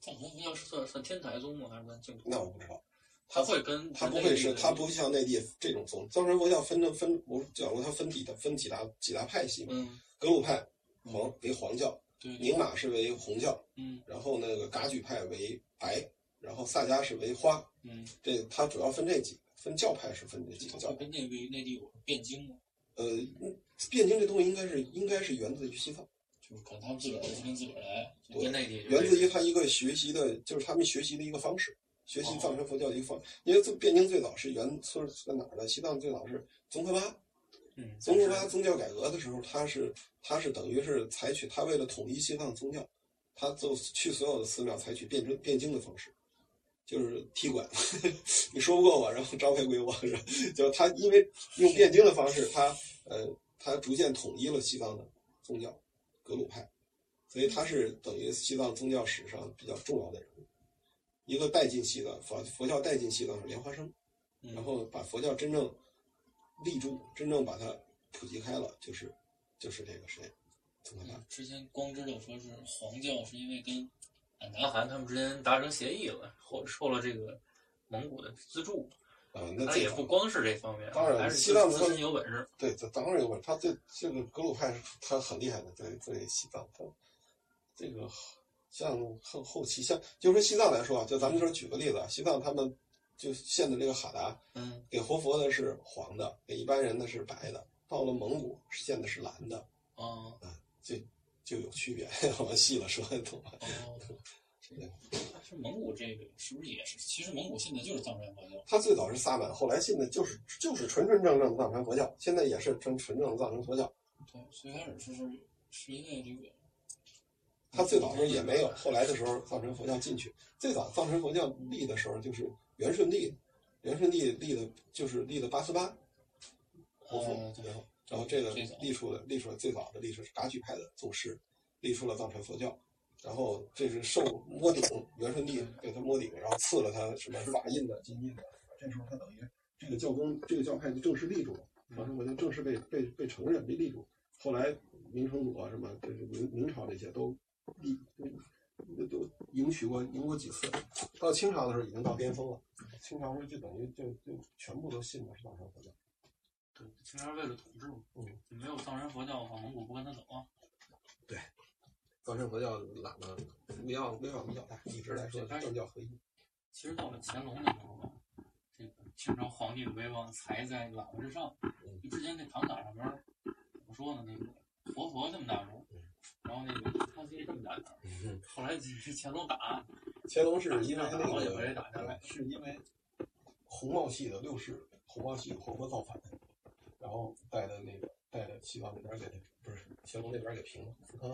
S11: 藏传佛教是算算天台宗吗？还是算净土？
S5: 那我不知道。
S8: 他会跟
S5: 它不会是，它
S8: 他
S5: 不像内地这种宗。藏传佛教分的分，我讲过它分几大分几大几大派系嘛。
S11: 嗯，
S5: 格鲁派黄为黄教，
S11: 对，
S5: 宁玛是为红教，
S11: 嗯
S5: 然后那个噶举派为白，然后萨迦是为花。
S11: 嗯，
S5: 这它主要分这几个，分教派是分这几
S11: 它
S5: 个
S11: 会
S5: 教。
S11: 跟内地内地有汴京吗？
S5: 呃，辩经这东西应该是应该是源自于西藏，
S11: 就是可能他们自个儿自跟自个儿来，
S5: 对
S8: 跟内地
S5: 源自于他一个学习的，就是他们学习的一个方式，学习
S11: 哦
S5: 藏传佛教的一个方。因为辩经最早是源是在哪儿呢？西藏最早是宗喀巴。
S8: 嗯，
S5: 宗喀巴宗教改革的时候，他是他是等于是采取他为了统一西藏宗教，他就去所有的寺庙采取辩证辩经的方式，就是踢馆， *laughs* 你说不过我，然后招牌归我， *laughs* 是吧就是他因为用辩经的方式，他呃他逐渐统一了西藏的宗教格鲁派，所以他是等于西藏宗教史上比较重要的人物，一个带进西藏佛佛教带进西藏是莲花生。
S11: 嗯
S5: 然后把佛教真正立住，真正把它普及开了，就是就是这个谁，宗喀巴。
S11: 嗯之前光知道说是黄教是因为跟俺
S8: 南
S11: 南
S8: 韩他们之间达成协议了，后受了这个蒙古的资助，
S5: 啊，那
S8: 但
S5: 最
S8: 嗯也
S5: 早
S8: 不光是这方面，
S5: 当然
S8: 还是
S5: 西藏的
S8: 自自身有本事。
S5: 对，这当然有问题。他这这个格鲁派是他很厉害的，在在西藏，他这个像后后期像就说西藏来说啊，就咱们就是举个例子，啊，西藏他们就现在这个哈达，
S11: 嗯，
S5: 给活佛的是黄的，给一般人的是白的，到了蒙古现的是蓝的，
S11: 啊，
S5: 就有区别。 *laughs* 往细了说，懂吗？
S11: 哦，但是蒙古这个是不是也是？其实蒙古现在就是藏传佛教，
S5: 他最早是萨满，后来现在就是就是纯纯正正的藏传佛教，现在也是纯纯正的藏传佛教。
S11: 对，最开始是是是因为这个，
S5: 他最早的时候也没有，后来的时候藏传佛教进去。最早藏传佛教立的时候就是元顺帝，元顺帝立的就是立的八思巴，活
S11: 哦
S5: 佛，
S11: 对
S5: 然后然后这个
S11: 最早
S5: 立出了立出了最早的立出是噶举派的宗师，立出了藏传佛教。然后这是受摸顶，元顺帝给他摸顶，然后赐了他什么法印的金印的。这时候他等于这个教宗这个教派就正式立住了，藏传佛教正式被被被承认被立住。后来明成祖啊什么，这是明明朝这些都立都都迎娶过赢过几次，到清朝的时候已经到巅峰了。清朝规就等于就就全部都信的是藏传佛教。
S8: 对，清朝为了统治嘛，
S5: 嗯，
S8: 没有藏传佛教的话，蒙古不跟他走啊。
S5: 藏传佛教懒得没要没要比较大，一直来说政教合一。
S8: 其实到了乾隆那时候吧，这个清朝皇帝的威望才在喇嘛之上。
S5: 嗯
S8: 之前那唐塔上边儿怎么说呢？那个活佛这么大个儿，
S5: 嗯
S8: 然后那个康熙这么大个儿，后来就是乾隆打，
S5: 乾隆是因为
S8: 打
S5: 那
S8: 好几回
S5: 个
S8: 打下来，
S5: 是因为红帽系的六世，红帽系的活佛造反，然后带的那个带的西藏那边给他不是乾隆那边给平了，福康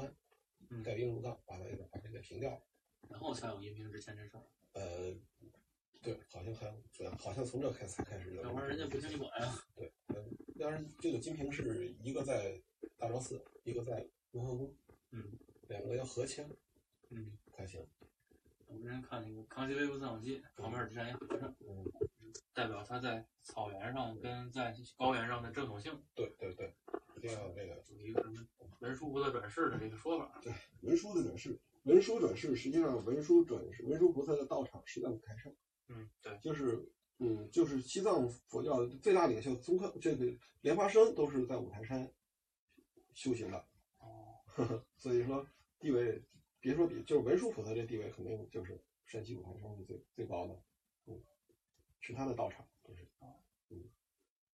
S8: 嗯
S5: 安带兵入藏，把那个把这给平掉了。
S8: 然后才有移民之前这事儿。
S5: 呃，对，好像还对，好像从这开才开始有。
S8: 要不然人家不听你管啊。
S5: 对，嗯，当然这个金瓶是一个在大昭寺，一个在雍和宫，
S8: 嗯，
S5: 两个要合签
S8: 嗯，
S5: 才行。
S8: 我之前看那个《康熙微服私访记》，旁边之前一和尚，
S5: 嗯，
S8: 代表他在草原上跟在高原上的正统性，
S5: 对对对，一定要有这个
S8: 有一个什么文殊菩萨转世的这个说法。
S5: 文殊的转世。文殊转世，实际上文殊转世，文殊菩萨的道场是在五台山，
S8: 嗯，对，
S5: 就是嗯，就是西藏佛教的最大领袖宗喀，这个莲花生都是在五台山修行的。
S8: 哦，
S5: 所以说地位，别说比，就是文殊菩萨这地位肯定就是山西五台山是最最高的，嗯，是他的道场，就是，嗯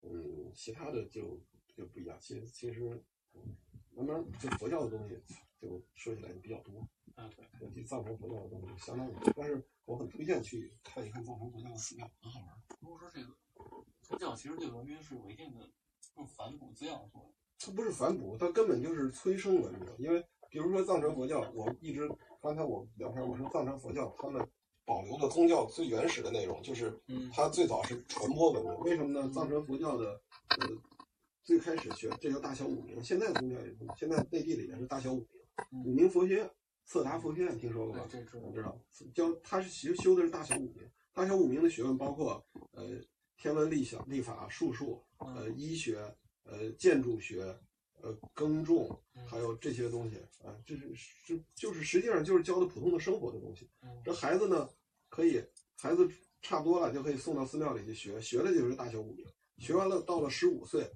S5: 嗯，其他的就就不一样。其实其实，嗯慢慢就佛教的东西就说起来就比较多，
S8: 啊对，
S5: 尤其藏传佛教的东西相当多。但是我很推荐去看一看藏传佛教的寺庙，很好玩。
S8: 如果说这个宗教其实对文明是有一定的这种反哺滋养的作用。
S5: 它不是反哺，它根本就是催生文明。因为比如说藏传佛教，我一直刚才我聊天，我说藏传佛教他们保留了宗教最原始的内容，就是
S8: 嗯
S5: 它最早是传播文明。为什么呢？藏传佛教的呃最开始学这叫大小五明，现在宗教也是现在内地里也是大小五明，五明佛学院、色达佛学院听说过吧？
S8: 嗯对这是
S5: 嗯我知道，教他是修修的是大小五明，大小五明的学问包括呃天文历想、历法、术数、呃医学、呃建筑学、呃耕种，还有这些东西啊，这是这就是实际上就是教的普通的生活的东西。
S8: 嗯
S5: 这孩子呢，可以孩子差不多了就可以送到寺庙里去学，学的就是大小五明，学完了到了十五岁。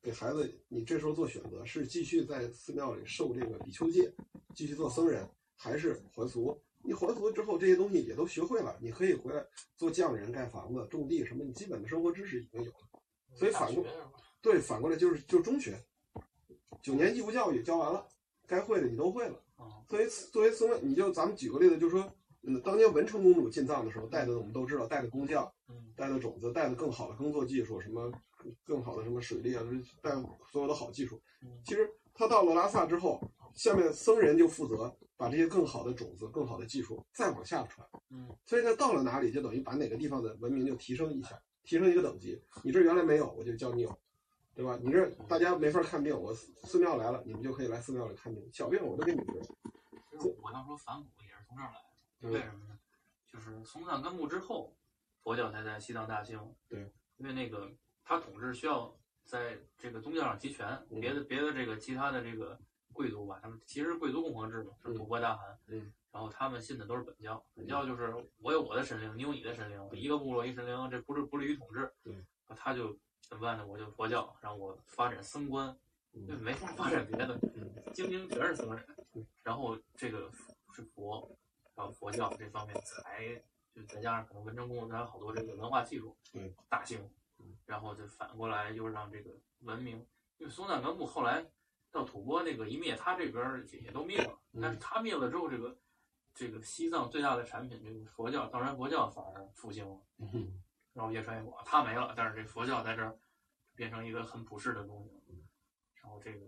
S5: 给孩子，你这时候做选择是继续在寺庙里受这个比丘戒，继续做僧人，还是还俗？你还俗之后，这些东西也都学会了，你可以回来做匠人、盖房子、种地什么，你基本的生活知识已经有了。所以反过对反过来就是就是中学，九年义务教育教完了，该会的你都会了。作为作为僧，你就咱们举个例子，就说，嗯，当年文成公主进藏的时候带的我们都知道，带的工匠，
S8: 嗯
S5: 带的种子，带的更好的耕作技术，什么更好的什么水利啊，带所有的好技术。
S8: 嗯
S5: 其实他到了拉萨之后，下面僧人就负责把这些更好的种子、更好的技术再往下传。
S8: 嗯，
S5: 所以呢，到了哪里就等于把哪个地方的文明就提升一下，提升一个等级。你这原来没有，我就教你有。对吧？你这大家没法看病，我寺寺庙来了，你们就可以来寺庙里看病，小病我都给你治。
S8: 其实我要说反骨也是从这儿来的，为什么呢？就是从藏干布之后，佛教才在西藏大兴。
S5: 对，
S8: 因为那个他统治需要在这个宗教上集权，
S5: 嗯
S8: 别的别的这个其他的这个贵族吧，他们其实是贵族共和制嘛，是吐蕃大汗。
S5: 嗯，
S8: 然后他们信的都是本教，本教就是我有我的神灵，你有你的神灵，一个部落一神灵，这不是不利于统治。
S5: 对，
S8: 他就怎么办呢？我就佛教，然后我发展僧观，
S5: 嗯
S8: 就没法发展别的，精英全是僧人。然后这个是佛，然后佛教这方面才就再加上可能文成公主还有好多这个文化技术
S5: 对
S8: 大兴，然后就反过来又让这个文明，因为松赞干布后来到吐蕃那个一灭，他这边儿也也都灭了，但是他灭了之后，这个这个西藏最大的产品，这个佛教藏传佛教反而复兴了，然后越传越广，他没了，但是这佛教在这儿变成一个很普世的东西了，然后这个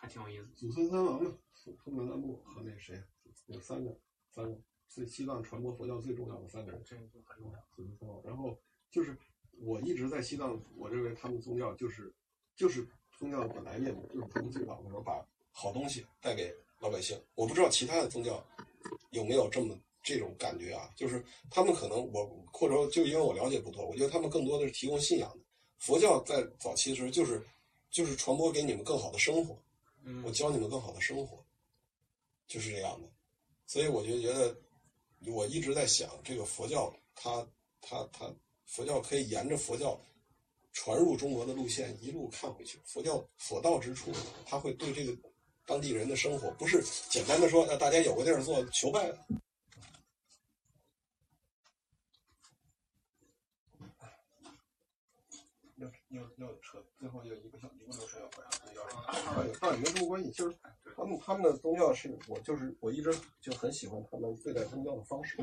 S8: 还挺有意思。
S5: 祖孙三王嘛，宋文安部和那谁，有三个，三个最西藏传播佛教最重要的三个人，
S8: 这个就很重要，
S5: 祖孙三王。然后就是我一直在西藏，我认为他们宗教就是就是宗教的本来面目，就是他们最早的时候把好东西带给老百姓。我不知道其他的宗教有没有这么这种感觉啊？就是他们可能我或者就因为我了解不多，我觉得他们更多的是提供信仰的。佛教在早期的时候就是就是传播给你们更好的生活，
S8: 嗯
S5: 我教你们更好的生活，就是这样的。所以我就觉得我一直在想，这个佛教它它它
S12: 佛教可以沿着佛教传入中国的路线一路看回去。佛教所到之处，它会对这个当地人的生活，不是简单的说，呃，大家有个地儿坐求拜了。
S5: 又又又得扯，最后又一个小一个多车要回来，要是倒也没什么关系。就是他们他们的宗教是我就是我一直就很喜欢他们对待宗教的方式。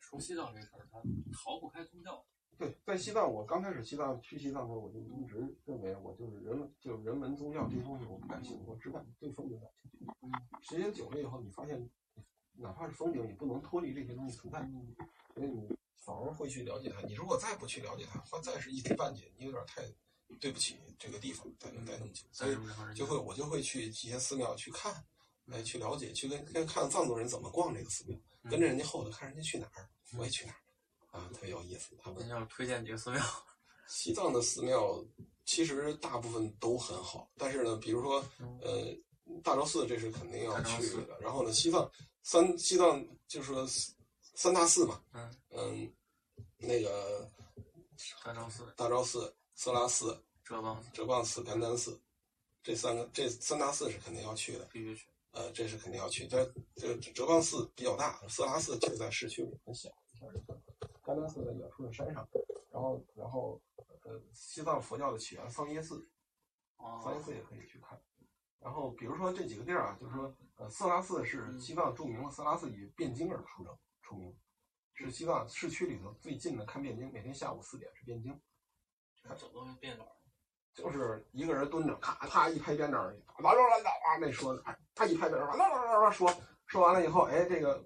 S8: 说西藏这事儿，他逃不开宗教。
S5: 对，在西藏，我刚开始西藏去西藏的时候，我就一直认为我就是人文，就人文宗教这东西我不感兴趣，我只感对风景感兴趣。时间久了以后，你发现，哪怕是风景，也不能脱离这些东西存在，所以你反而会去了解它。你如果再不去了解它，它再是一知半解，你有点太对不起这个地方，待能待那么久，嗯所以就会我就会去一些寺庙去看，哎，去了解，去跟跟看藏族人怎么逛这个寺庙，跟着人家后头看人家去哪儿，我也去哪儿。啊，特别有意思，他们
S10: 您要是推荐几个寺庙，
S12: 西藏的寺庙其实大部分都很好，但是呢，比如说
S10: 嗯
S12: 呃大昭寺这是肯定要去的，然后呢西藏三西藏就是说三大寺嘛，
S10: 嗯
S12: 嗯，那个
S10: 大昭寺、
S12: 大昭寺、色拉寺、
S10: 哲蚌寺
S12: 哲蚌寺、甘丹寺，这三个这三大寺是肯定要去的，
S10: 必须去。
S12: 呃，这是肯定要去。但
S5: 呃
S12: 这这哲蚌寺比较大，色拉寺就在市区里，很小。
S5: 甘丹寺在远处的山上，然后然后呃，西藏佛教的起源桑耶寺，桑耶寺也可以去看。然后比如说这几个地儿啊，就是说呃，色拉寺是西藏著名的色拉寺以汴京而出名出名，是西藏市区里头最近的看汴京，每天下午四点是汴京，
S8: 走到那变道，
S5: 就是一个人蹲着，咔啪一拍边那儿，哇啦啦啦哇那说，哎他一拍边儿哇啦啦啦哇说，说完了以后，哎，这个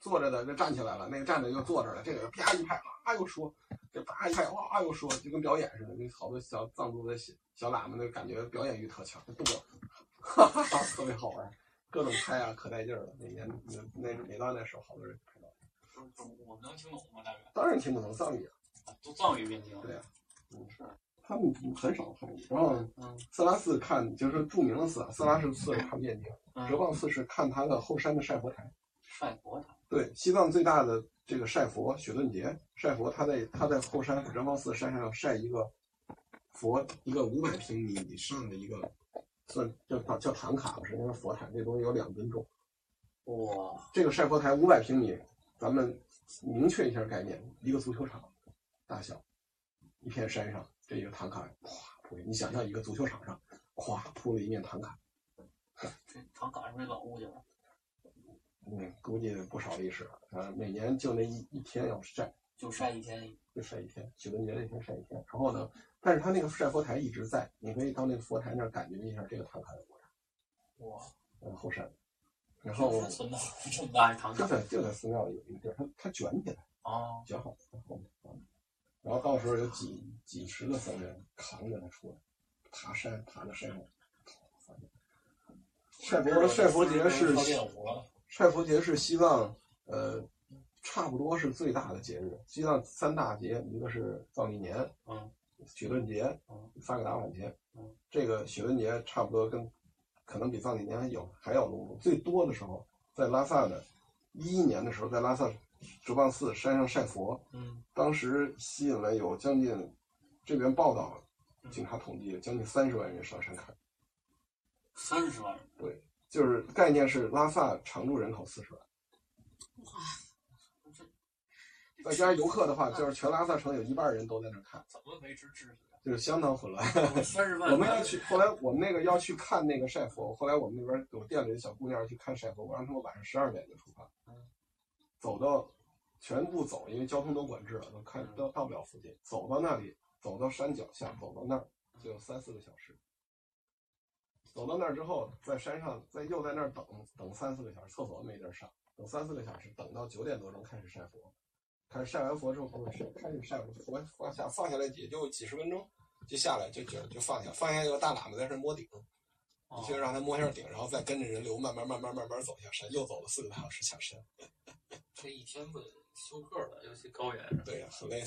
S5: 坐着的就站起来了，那个站着又坐着了，这个啪一拍，哇又说，这啪一拍，哇又说，就跟表演似的。那好多小藏族的小小喇嘛，那感觉表演欲特强，动作， *laughs* 哈哈哈，特别好玩，各种拍啊，可带劲儿了。每年那那每到那时候，好多人拍到，
S8: 就是我们能听懂吗？大概
S5: 当然听不懂藏语，
S8: 都藏语变经。
S5: 对啊
S8: 嗯，是。
S5: 他们很少看。然后
S8: 嗯
S5: 色拉寺看就是说著名的寺啊，色拉寺寺是看汴京，
S8: 嗯
S5: 哲蚌寺是看它的后山的晒佛台。
S8: 晒佛堂，
S5: 对，西藏最大的这个晒佛雪顿节晒佛，它在它在后山哲蚌寺山上晒一个佛，一个五百平米以上的一个，算叫叫叫唐卡吧，是那个佛台，这东西有两吨重。
S8: 哇，
S5: 这个晒佛台五百平米，咱们明确一下概念，一个足球场大小，一片山上，这一个唐卡，咵铺了，你想象一个足球场上，咵铺了一面唐卡，
S8: 这唐卡是不是老物件了？
S5: 嗯，估计不少历史了，反正每年就那一一天要晒，
S8: 就晒一天，
S5: 就晒一天，雪顿节那天晒一天，然后呢，但是他那个晒佛台一直在，你可以到那个佛台那儿感觉一下这个唐卡的模样，
S8: 哇，
S5: 嗯，后山，然后
S8: 是存档这么大一唐
S5: 就
S8: 卡
S5: 在就在寺庙里有一个地儿，它它卷起来。
S8: 哦，
S5: 卷好在后面，然后到时候有几几十个僧人扛着它出来，爬山爬到山上。晒佛晒佛节是
S8: 跳电舞了，
S5: 晒佛节是西藏呃，差不多是最大的节日。西藏三大节，一个是藏历年，
S8: 嗯，
S5: 雪顿节，
S8: 嗯，
S5: 萨格达晚节，
S8: 嗯，
S5: 这个雪顿节差不多跟可能比藏历年还有还要隆重。最多的时候在拉萨的，一一年的时候在拉萨哲蚌寺山上晒佛，
S8: 嗯，
S5: 当时吸引了有将近，这边报道，警察统计将近三十万人上山看，
S8: 三十万人，
S5: 就是概念是拉萨常住人口四十万，再加上游客的话，就是全拉萨城有一半人都在那儿看，
S8: *laughs* 怎么维持秩
S5: *laughs*
S8: 序啊？
S5: 就是相当混乱。 *laughs*
S8: 三十万，
S5: 我们要去，后来我们那个要去看那个晒佛，后来我们那边有店里的小姑娘去看晒佛，我让他们晚上十二点就出发，走到全部走，因为交通都管制了，都看到到不了附近，走到那里，走到山脚下，走到那儿就有三四个小时。走到那儿之后，在山上，在又在那儿等等三四个小时，厕所没地儿上，等三四个小时，等到九点多钟开始晒佛，开始晒完佛之后，不是开始晒完佛
S12: 放下放下来也就几十分钟，就下来就就就放下，放下有个大喇嘛在这摸顶，
S8: 哦
S12: 你就让他摸一下顶，然后再跟着人流慢慢慢慢慢慢走下山，又走了四个多小时下山，
S10: 这一天不得休克了，尤其高原上，
S12: 对呀、很累的。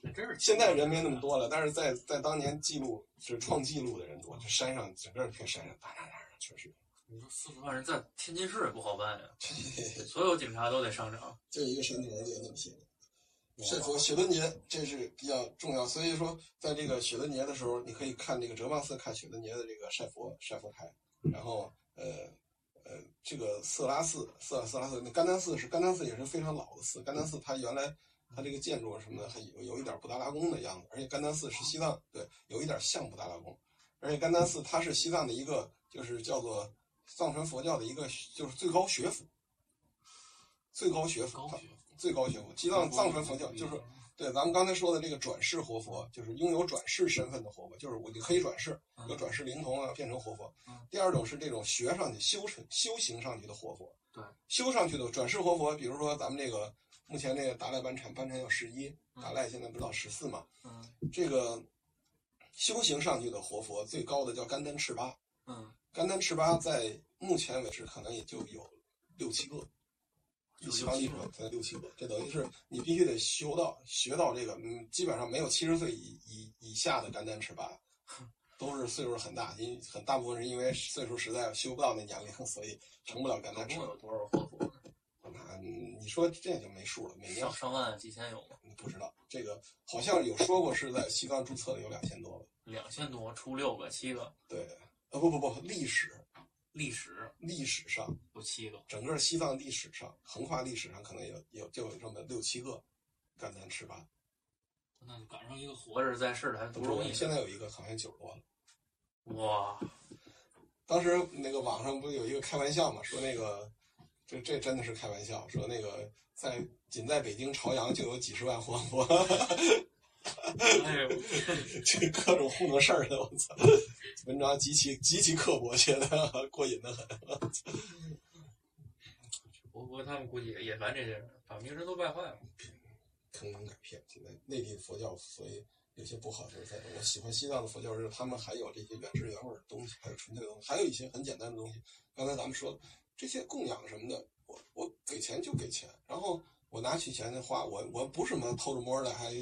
S10: 那真是
S12: 现在人没那么多了，但是在在当年记录是创纪录的人多，这山上整个一片山上哒哒哒哒，确实
S10: 你说四十万人在天津市也不好办呀，所有警察都得上场。
S12: 就一个山头就那么些。
S5: *laughs* 是说雪顿节，这是比较重要。所以说，在这个雪顿节的时候，你可以看这个哲蚌寺看雪顿节的这个晒佛晒佛台，然后呃呃，这个色拉寺色色拉寺，那甘丹寺是甘丹寺也是非常老的寺，甘丹寺它原来它这个建筑什么的还有有一点布达拉宫的样子，而且甘丹寺是西藏对有一点像布达拉宫，而且甘丹寺它是西藏的一个就是叫做藏传佛教的一个就是最高学府，最高学府。它最高学府，西藏藏传佛教就是对咱们刚才说的这个转世活佛，就是拥有转世身份的活佛，就是我就可以转世，有转世灵童啊，变成活佛。第二种是这种学上去、修成、修行上去的活佛，
S11: 对，
S5: 修上去的转世活佛，比如说咱们这个目前这个达赖班禅，班禅要十一，达赖现在不到十四嘛，
S11: 嗯
S5: 这个修行上去的活佛最高的叫甘丹赤巴，
S11: 嗯，
S5: 甘丹赤巴在目前为止可能也就有六七个，一枪一个，才六七个，这等于是你必须得修到学到这个，嗯，基本上没有七十岁以以以下的甘丹赤 *laughs* 巴，都是岁数很大，因很大部分是因为岁数实在修不到那年龄， *laughs* 所以成不了甘丹赤巴。有
S8: 多少活佛？
S5: 那嗯你说这就没数了，每年
S8: 上上万几千有吗？
S5: *laughs* 不知道这个好像有说过是在西藏注册的有两千多吧？
S8: 两千多出六个七个，
S5: 对，呃不不不，历史
S8: 历史
S5: 历史上
S8: 有七个，
S5: 整个西藏历史上横跨历史上可能有有就有这么六七个甘丹赤巴。
S8: 那就赶上一个活着在世的还不
S5: 不
S8: 容易。
S5: 现在有一个好像九十多了。
S8: 哇，
S5: 当时那个网上不是有一个开玩笑嘛，说那个这这真的是开玩笑，说那个在仅在北京朝阳就有几十万活佛， *laughs*
S8: 哎呦，
S5: 这各种糊弄事儿的，我操！文章极其极其刻薄，写的过瘾的很。
S8: 我我他们估计也也烦这些人，把名声都败坏了。
S5: 坑蒙拐骗。现在内地的佛教，所以有些不好，就是在我喜欢西藏的佛教是他们还有这些原汁原味的东西，还有纯粹的东西，还有一些很简单的东西。刚才咱们说的这些供养什么的，我我给钱就给钱，然后我拿取钱的话，我我不是什么偷着摸的，还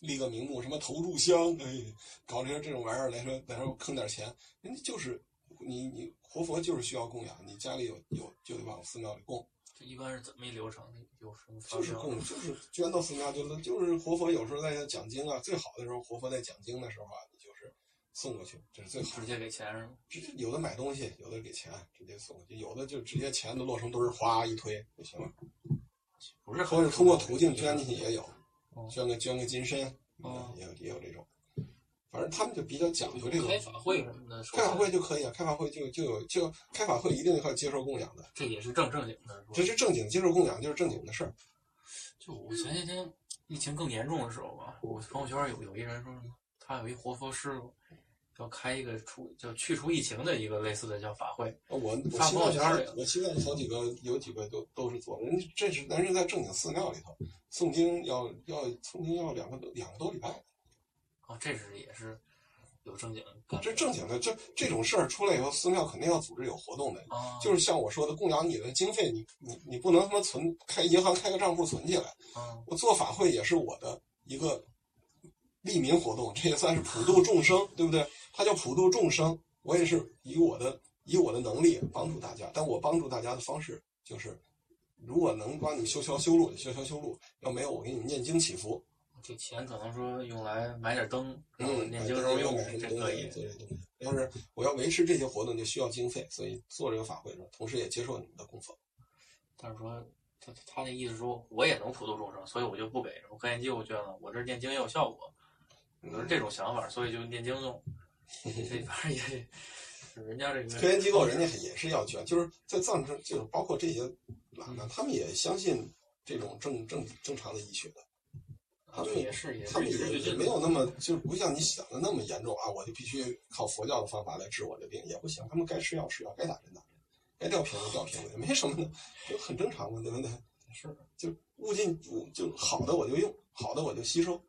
S5: 立个名目什么投注箱，哎，搞这些这种玩意儿来说来说坑点钱，人家就是你你活佛就是需要供养，你家里有有就得往寺庙里供。
S8: 这一般是怎么一流程？有什么发
S5: 就是
S8: 表
S5: 供，就是捐到寺庙，就是就是活佛有时候在讲经啊，最好的时候活佛在讲经的时候啊，你就是送过去，这是最好
S8: 直
S5: 的。
S8: 接给钱是吗？
S5: 直接有的买东西，有的给钱，直接送过去；有的就直接钱都落成堆儿，哗一推就行了。
S8: 不是
S5: 或者通过途径捐进去也有
S8: 哦，
S5: 捐个捐个金身，
S8: 哦
S5: 嗯也有也有这种。反正他们就比较讲究这种
S8: 开法会什么的，说
S5: 开法会就可以啊，开法会就就有就开法会一定要接受供养的，
S8: 这也是正正经的。
S5: 这是正经接受供养就是正经的事儿。
S8: 就我前些天疫情更严重的时候吧，我朋友圈有有一人说什么，他有一活佛师傅要开一个除叫去除疫情的一个类似的叫法会，
S5: 哦我我
S8: 发
S5: 西
S8: 朋友
S5: 藏
S8: 圈儿
S5: 也
S8: 里
S5: 我西藏好几个有几个都都是做人家，这是咱是在正经寺庙里头诵经要要诵经要两个多两个多礼拜，
S8: 哦，这是也是有正经干的
S5: 这正经的这这种事儿出来以后，寺庙肯定要组织有活动的，
S8: 啊，
S5: 就是像我说的供养你的经费，你你你不能他妈存开银行开个账户存起来，
S8: 啊，
S5: 我做法会也是我的一个利民活动，这也算是普度众生，对不对？它叫普度众生，我也是以我的以我的能力帮助大家，但我帮助大家的方式就是，如果能帮你们修桥修路，你修桥修路；要没有，我给你们念经祈福。
S8: 这钱可能说用来买点灯，然后
S5: 嗯，
S8: 念经时候
S5: 要
S8: 用
S5: 买，什
S8: 这
S5: 么东
S8: 可
S5: 西
S8: 以。
S5: 做这东西。要是我要维持这些活动，就需要经费，所以做这个法会的时候，同时也接受你们的供奉。
S8: 但是说他他那意思说我也能普度众生，所以我就不给什么科研机构捐了，我这念经也有效果，我是这种想法，所以就念经用。这反正也是人家这个
S5: 科研机构人家也是要捐，就是在藏政，就是包括这些
S8: 嗯
S5: 喇嘛，他们也相信这种正正正常的医学的，他们
S8: 也是也是
S5: 他们
S8: 也是
S5: 也
S8: 这
S5: 也没有那么就是不像你想的那么严重啊，我就必须靠佛教的方法来治我的病也不行，他们该吃药吃药，该打针打针，该吊瓶子吊瓶子，也没什么的，就很正常嘛，对不对？
S8: 是
S5: 就物尽就好的我就用，好的我就吸收，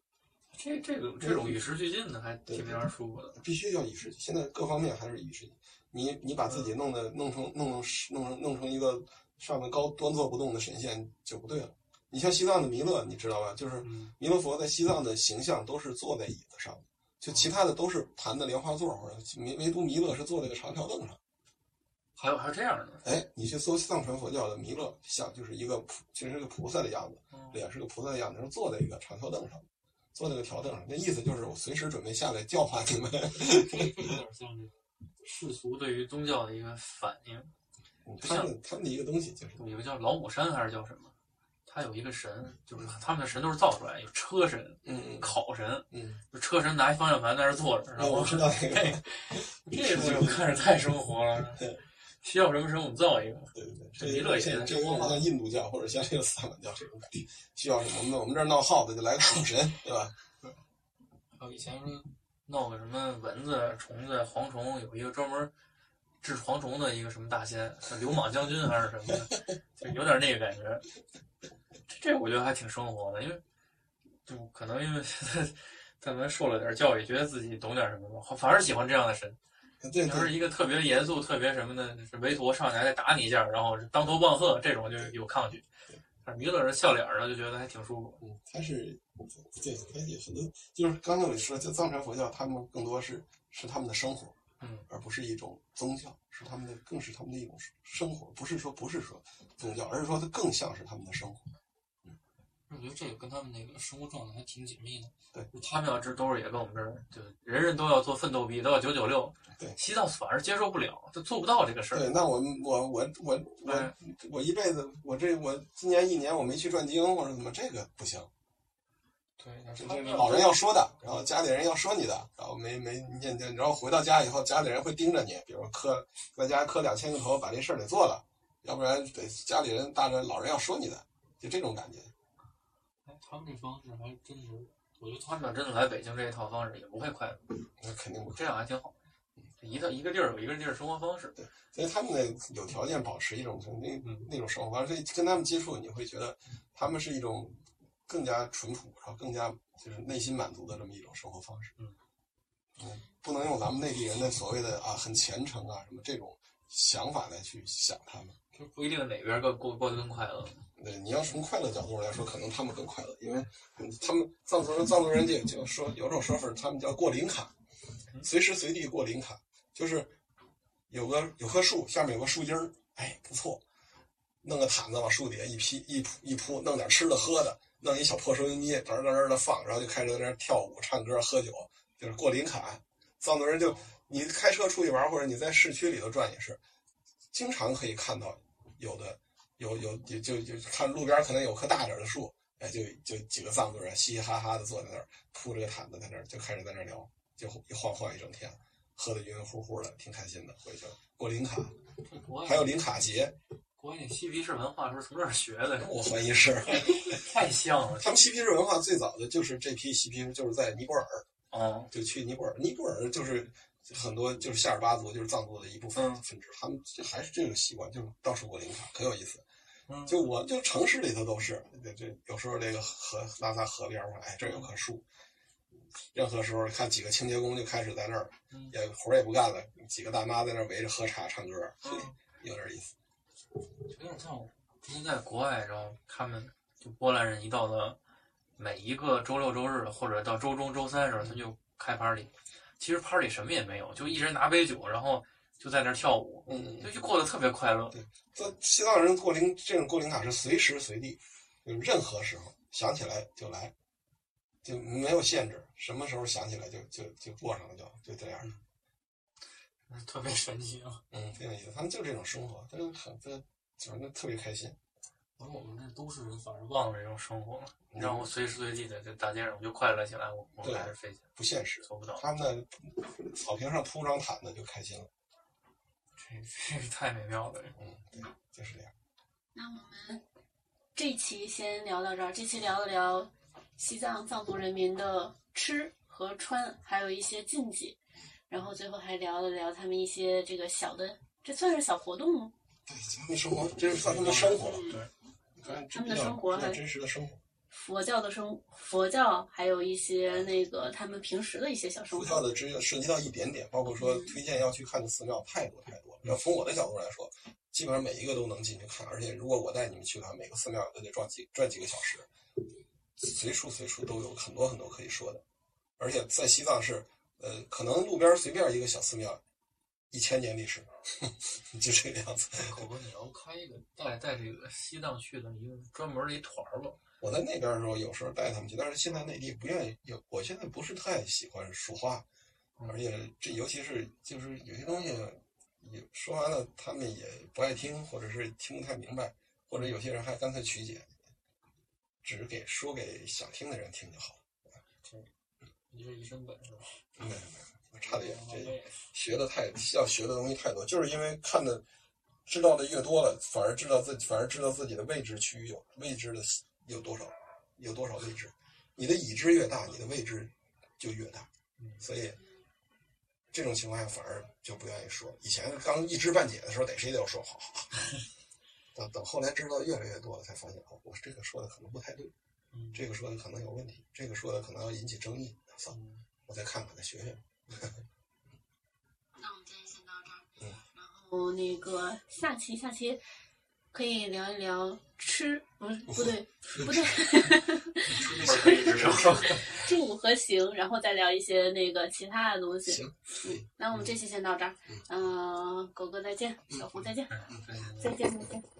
S8: 这这个这种与时俱进的还挺让人舒服的。
S5: 必须要与时俱进。现在各方面还是与时俱进。你你把自己弄得弄成弄成弄成弄成一个上的高端坐不动的神仙就不对了。你像西藏的弥勒，你知道吧？就是
S8: 嗯
S5: 弥勒佛在西藏的形象都是坐在椅子上的，就其他的都是盘的莲花座，或者唯唯独弥勒是坐在个长条凳上。
S8: 还有还有这样的，
S5: 哎，你去搜西藏传佛教的弥勒像，就是一个菩，其实是个菩萨的样子，脸是个菩萨的样子，然后坐在一个长条凳上，坐在一个条凳上，那意思就是我随时准备下来教化你们。
S8: 嗯有点像这世俗对于宗教的一个反应。就
S5: 他
S8: 像
S5: 们他们的一个东西就是，
S8: 有一个叫老母山还是叫什么，他有一个神，就是他们的神都是造出来，有车神、
S5: 嗯
S8: 烤神，
S5: 嗯，
S8: 就车神拿一方向盘在那儿坐着，然
S5: 哦
S8: 后哎
S5: 我
S8: *laughs*
S5: 知道那个
S8: 这个我看着太生
S5: *laughs*
S8: 活了，需要什么神我们造一个，
S5: 对对对，
S8: 弥勒也
S5: 这
S8: 是
S5: 这有点像印度教或者像这个萨满教这种感觉，需要什么呢？我们这儿闹耗子就来个主神，对吧？
S8: 还有以前说闹个什么蚊子、啊虫子、蝗虫，有一个专门治蝗虫的一个什么大仙，叫流氓将军还是什么的，就有点那个感觉。这这我觉得还挺生活的，因为就可能因为 *laughs* 咱们受了点教育，觉得自己懂点什么吧，反而喜欢这样的神。
S5: 对
S8: 要是一个特别严肃、特别什么的，是韦陀上来再打你一下，然后是当头棒喝，这种就有抗拒。但是弥勒人笑脸儿呢，就觉得还挺舒服。
S5: 嗯，它是对，它也很多，就是刚才我说，就藏传佛教，他们更多是是他们的生活，
S8: 嗯，
S5: 而不是一种宗教，是他们的，更是他们的一种生活，不是说不是说宗教，而是说它更像是他们的生活。
S8: 我觉得这个跟他们那个生活状态还挺紧密的。
S5: 对，
S8: 他们要这都是也跟我们这儿，就人人都要做奋斗逼，都要九九六。
S5: 对
S8: 西藏反而接受不了，就做不到这个事
S5: 对，
S8: 儿。
S5: 那我我我我我
S8: 哎
S5: 我一辈子，我这我今年一年我没去转经或者怎么，这个不行，
S8: 对，
S5: 这
S8: 他
S5: 这
S8: 们
S5: 是老人要说的，然后家里人要说你的，然后没没你你然后回到家以后，家里人会盯着你，比如磕在家磕两千个头，把这事儿得做了，要不然得家里人大人老人要说你的，就这种感觉。
S8: 哎他们这方式还真是，我觉得他们要真的来北京这一套方式也不会快乐，
S5: 那肯定不嗯可
S8: 这样还挺好。一个一个地儿有一个地儿生活方式，
S5: 所以他们得有条件保持一种那
S8: 嗯
S5: 那种生活方式，所以跟他们接触，你会觉得他们是一种更加淳朴，然后更加就是内心满足的这么一种生活方式。
S8: 嗯
S5: 嗯，不能用咱们内地人的所谓的啊很虔诚啊什么这种想法来去想他们。
S8: 就不一定哪边更过过得更快乐。
S5: 对，你要从快乐角度来说，可能他们更快乐，因为嗯他们藏族人，藏族人就就说有种说法，他们叫过林卡，随时随地过林卡，就是有个有棵树，下面有个树荫儿，哎，不错，弄个毯子往树底下一披一铺一铺，弄点吃的喝的，弄一小破收音机，嘚儿嘚儿的放，然后就开始在那儿跳舞、唱歌、喝酒，就是过林卡。藏族人就你开车出去玩，或者你在市区里头转也是，经常可以看到有的有有就就就看路边可能有棵大点儿的树，哎，就就几个藏族人嘻嘻哈哈的坐在那儿，铺着个毯子在那儿就开始在那儿聊，就一晃晃一整天，喝得晕晕乎乎的，挺开心的。回去了过林卡，
S8: 这国
S5: 还
S8: 外
S5: 有林卡节，
S8: 国外那嬉皮士文化是不是从这儿学 *laughs* 的，
S5: 我怀疑是
S8: 太像了。
S5: 他们嬉皮士文化最早的就是这批嬉皮士就是在尼泊尔，
S8: 哦，
S5: 就去尼泊尔，尼泊尔就是很多就是夏尔巴族，就是藏族的一部分
S8: 嗯
S5: 分支，他们就还是这种习惯，就是到处过林卡，可有意思。
S8: 嗯
S5: 就我就城市里头都是，这这有时候这个河拉萨河边儿上，哎，这儿有棵树，任何时候看几个清洁工就开始在那儿
S8: 嗯
S5: 也活儿也不干了，几个大妈在那儿围着喝茶唱歌，
S8: 嗯
S5: 嘿，有点意思。
S8: 有点像我之前在国外，然后他们就波兰人一到了每一个周六周日或者到周中周三的时候，他们就开 party。其实 party 什么也没有，就一人拿杯酒，然后就在那儿跳舞，
S5: 嗯，
S8: 就就过得特别快乐。
S5: 这西藏人过林这种过林卡是随时随地，就是任何时候想起来就来，就没有限制，什么时候想起来就就就过上了就，就这样。
S8: 特别神奇啊！
S5: 嗯，挺有意思，他们就这种生活，但是很这反正特别开心。
S8: 而我们这都市人反而忘了这种生活了。嗯你让我随时随地的在大街上我就快乐起来，我我
S5: 对
S8: 还是费劲，
S5: 不现实，
S8: 做不到。
S5: 他们在草坪上铺张毯子就开心了。
S8: 这这是太美妙了。
S5: 嗯，对，就是这样。
S6: 那我们这期先聊到这儿，这期聊一聊西藏藏族人民的吃和穿，还有一些禁忌，然后最后还聊了聊他们一些这个小的，这算是小活动吗？
S5: 对，他们生活，这是算他们的生活了。
S8: 对，
S5: 看这
S6: 他们的
S5: 比较
S6: 生活
S5: 比较
S6: 还
S5: 真实的生活，
S6: 佛教的生佛教，还有一些那个他们平时的一些小生
S5: 佛教
S6: 活。嗯
S5: 的只有涉及到一点点，包括说推荐要去看的寺庙太多太多了。要从我的角度来说，基本上每一个都能进去看，而且如果我带你们去看，每个寺庙都得转几转几个小时，随处随处都有很多很多可以说的。而且在西藏是，呃，可能路边随便一个小寺庙，一千年历史， *laughs* 就这个样子。
S8: 狗哥，你要开一个带带这个西藏去的一个专门的一团儿吧？
S5: 我在那边的时候，有时候带他们去，但是现在内地不愿意。有我现在不是太喜欢说话，而且这尤其是就是有些东西，也说完了他们也不爱听，或者是听不太明白，或者有些人还干脆曲解，只给说给想听的人听就好了。
S8: 你这一身本事。
S5: 没有没有，我差点
S8: 哦
S5: 这学的太要学的东西太多，就是因为看的知道的越多了，反而知道自己反而知道自己的未知区域有未知的有多少，有多少未知。你的已知越大，你的未知就越大，所以这种情况下反而就不愿意说。以前刚一知半解的时候，逮谁都要说好， *laughs* 等等后来知道越来越多了，才发现哦，我这个说的可能不太对，
S8: 嗯
S5: 这个说的可能有问题，这个说的可能要引起争议，那算了，我再看看再学学。
S6: 那我们今天先到这儿，然后嗯那个下期下期可以聊一聊吃，不是不对 *laughs* 不对，
S8: *laughs*
S6: 这五和行，然后再聊一些那个其他的东西。
S5: 行，
S6: 嗯嗯，那我们这期先到这儿，嗯、狗哥再见，小胡再见，再见再见。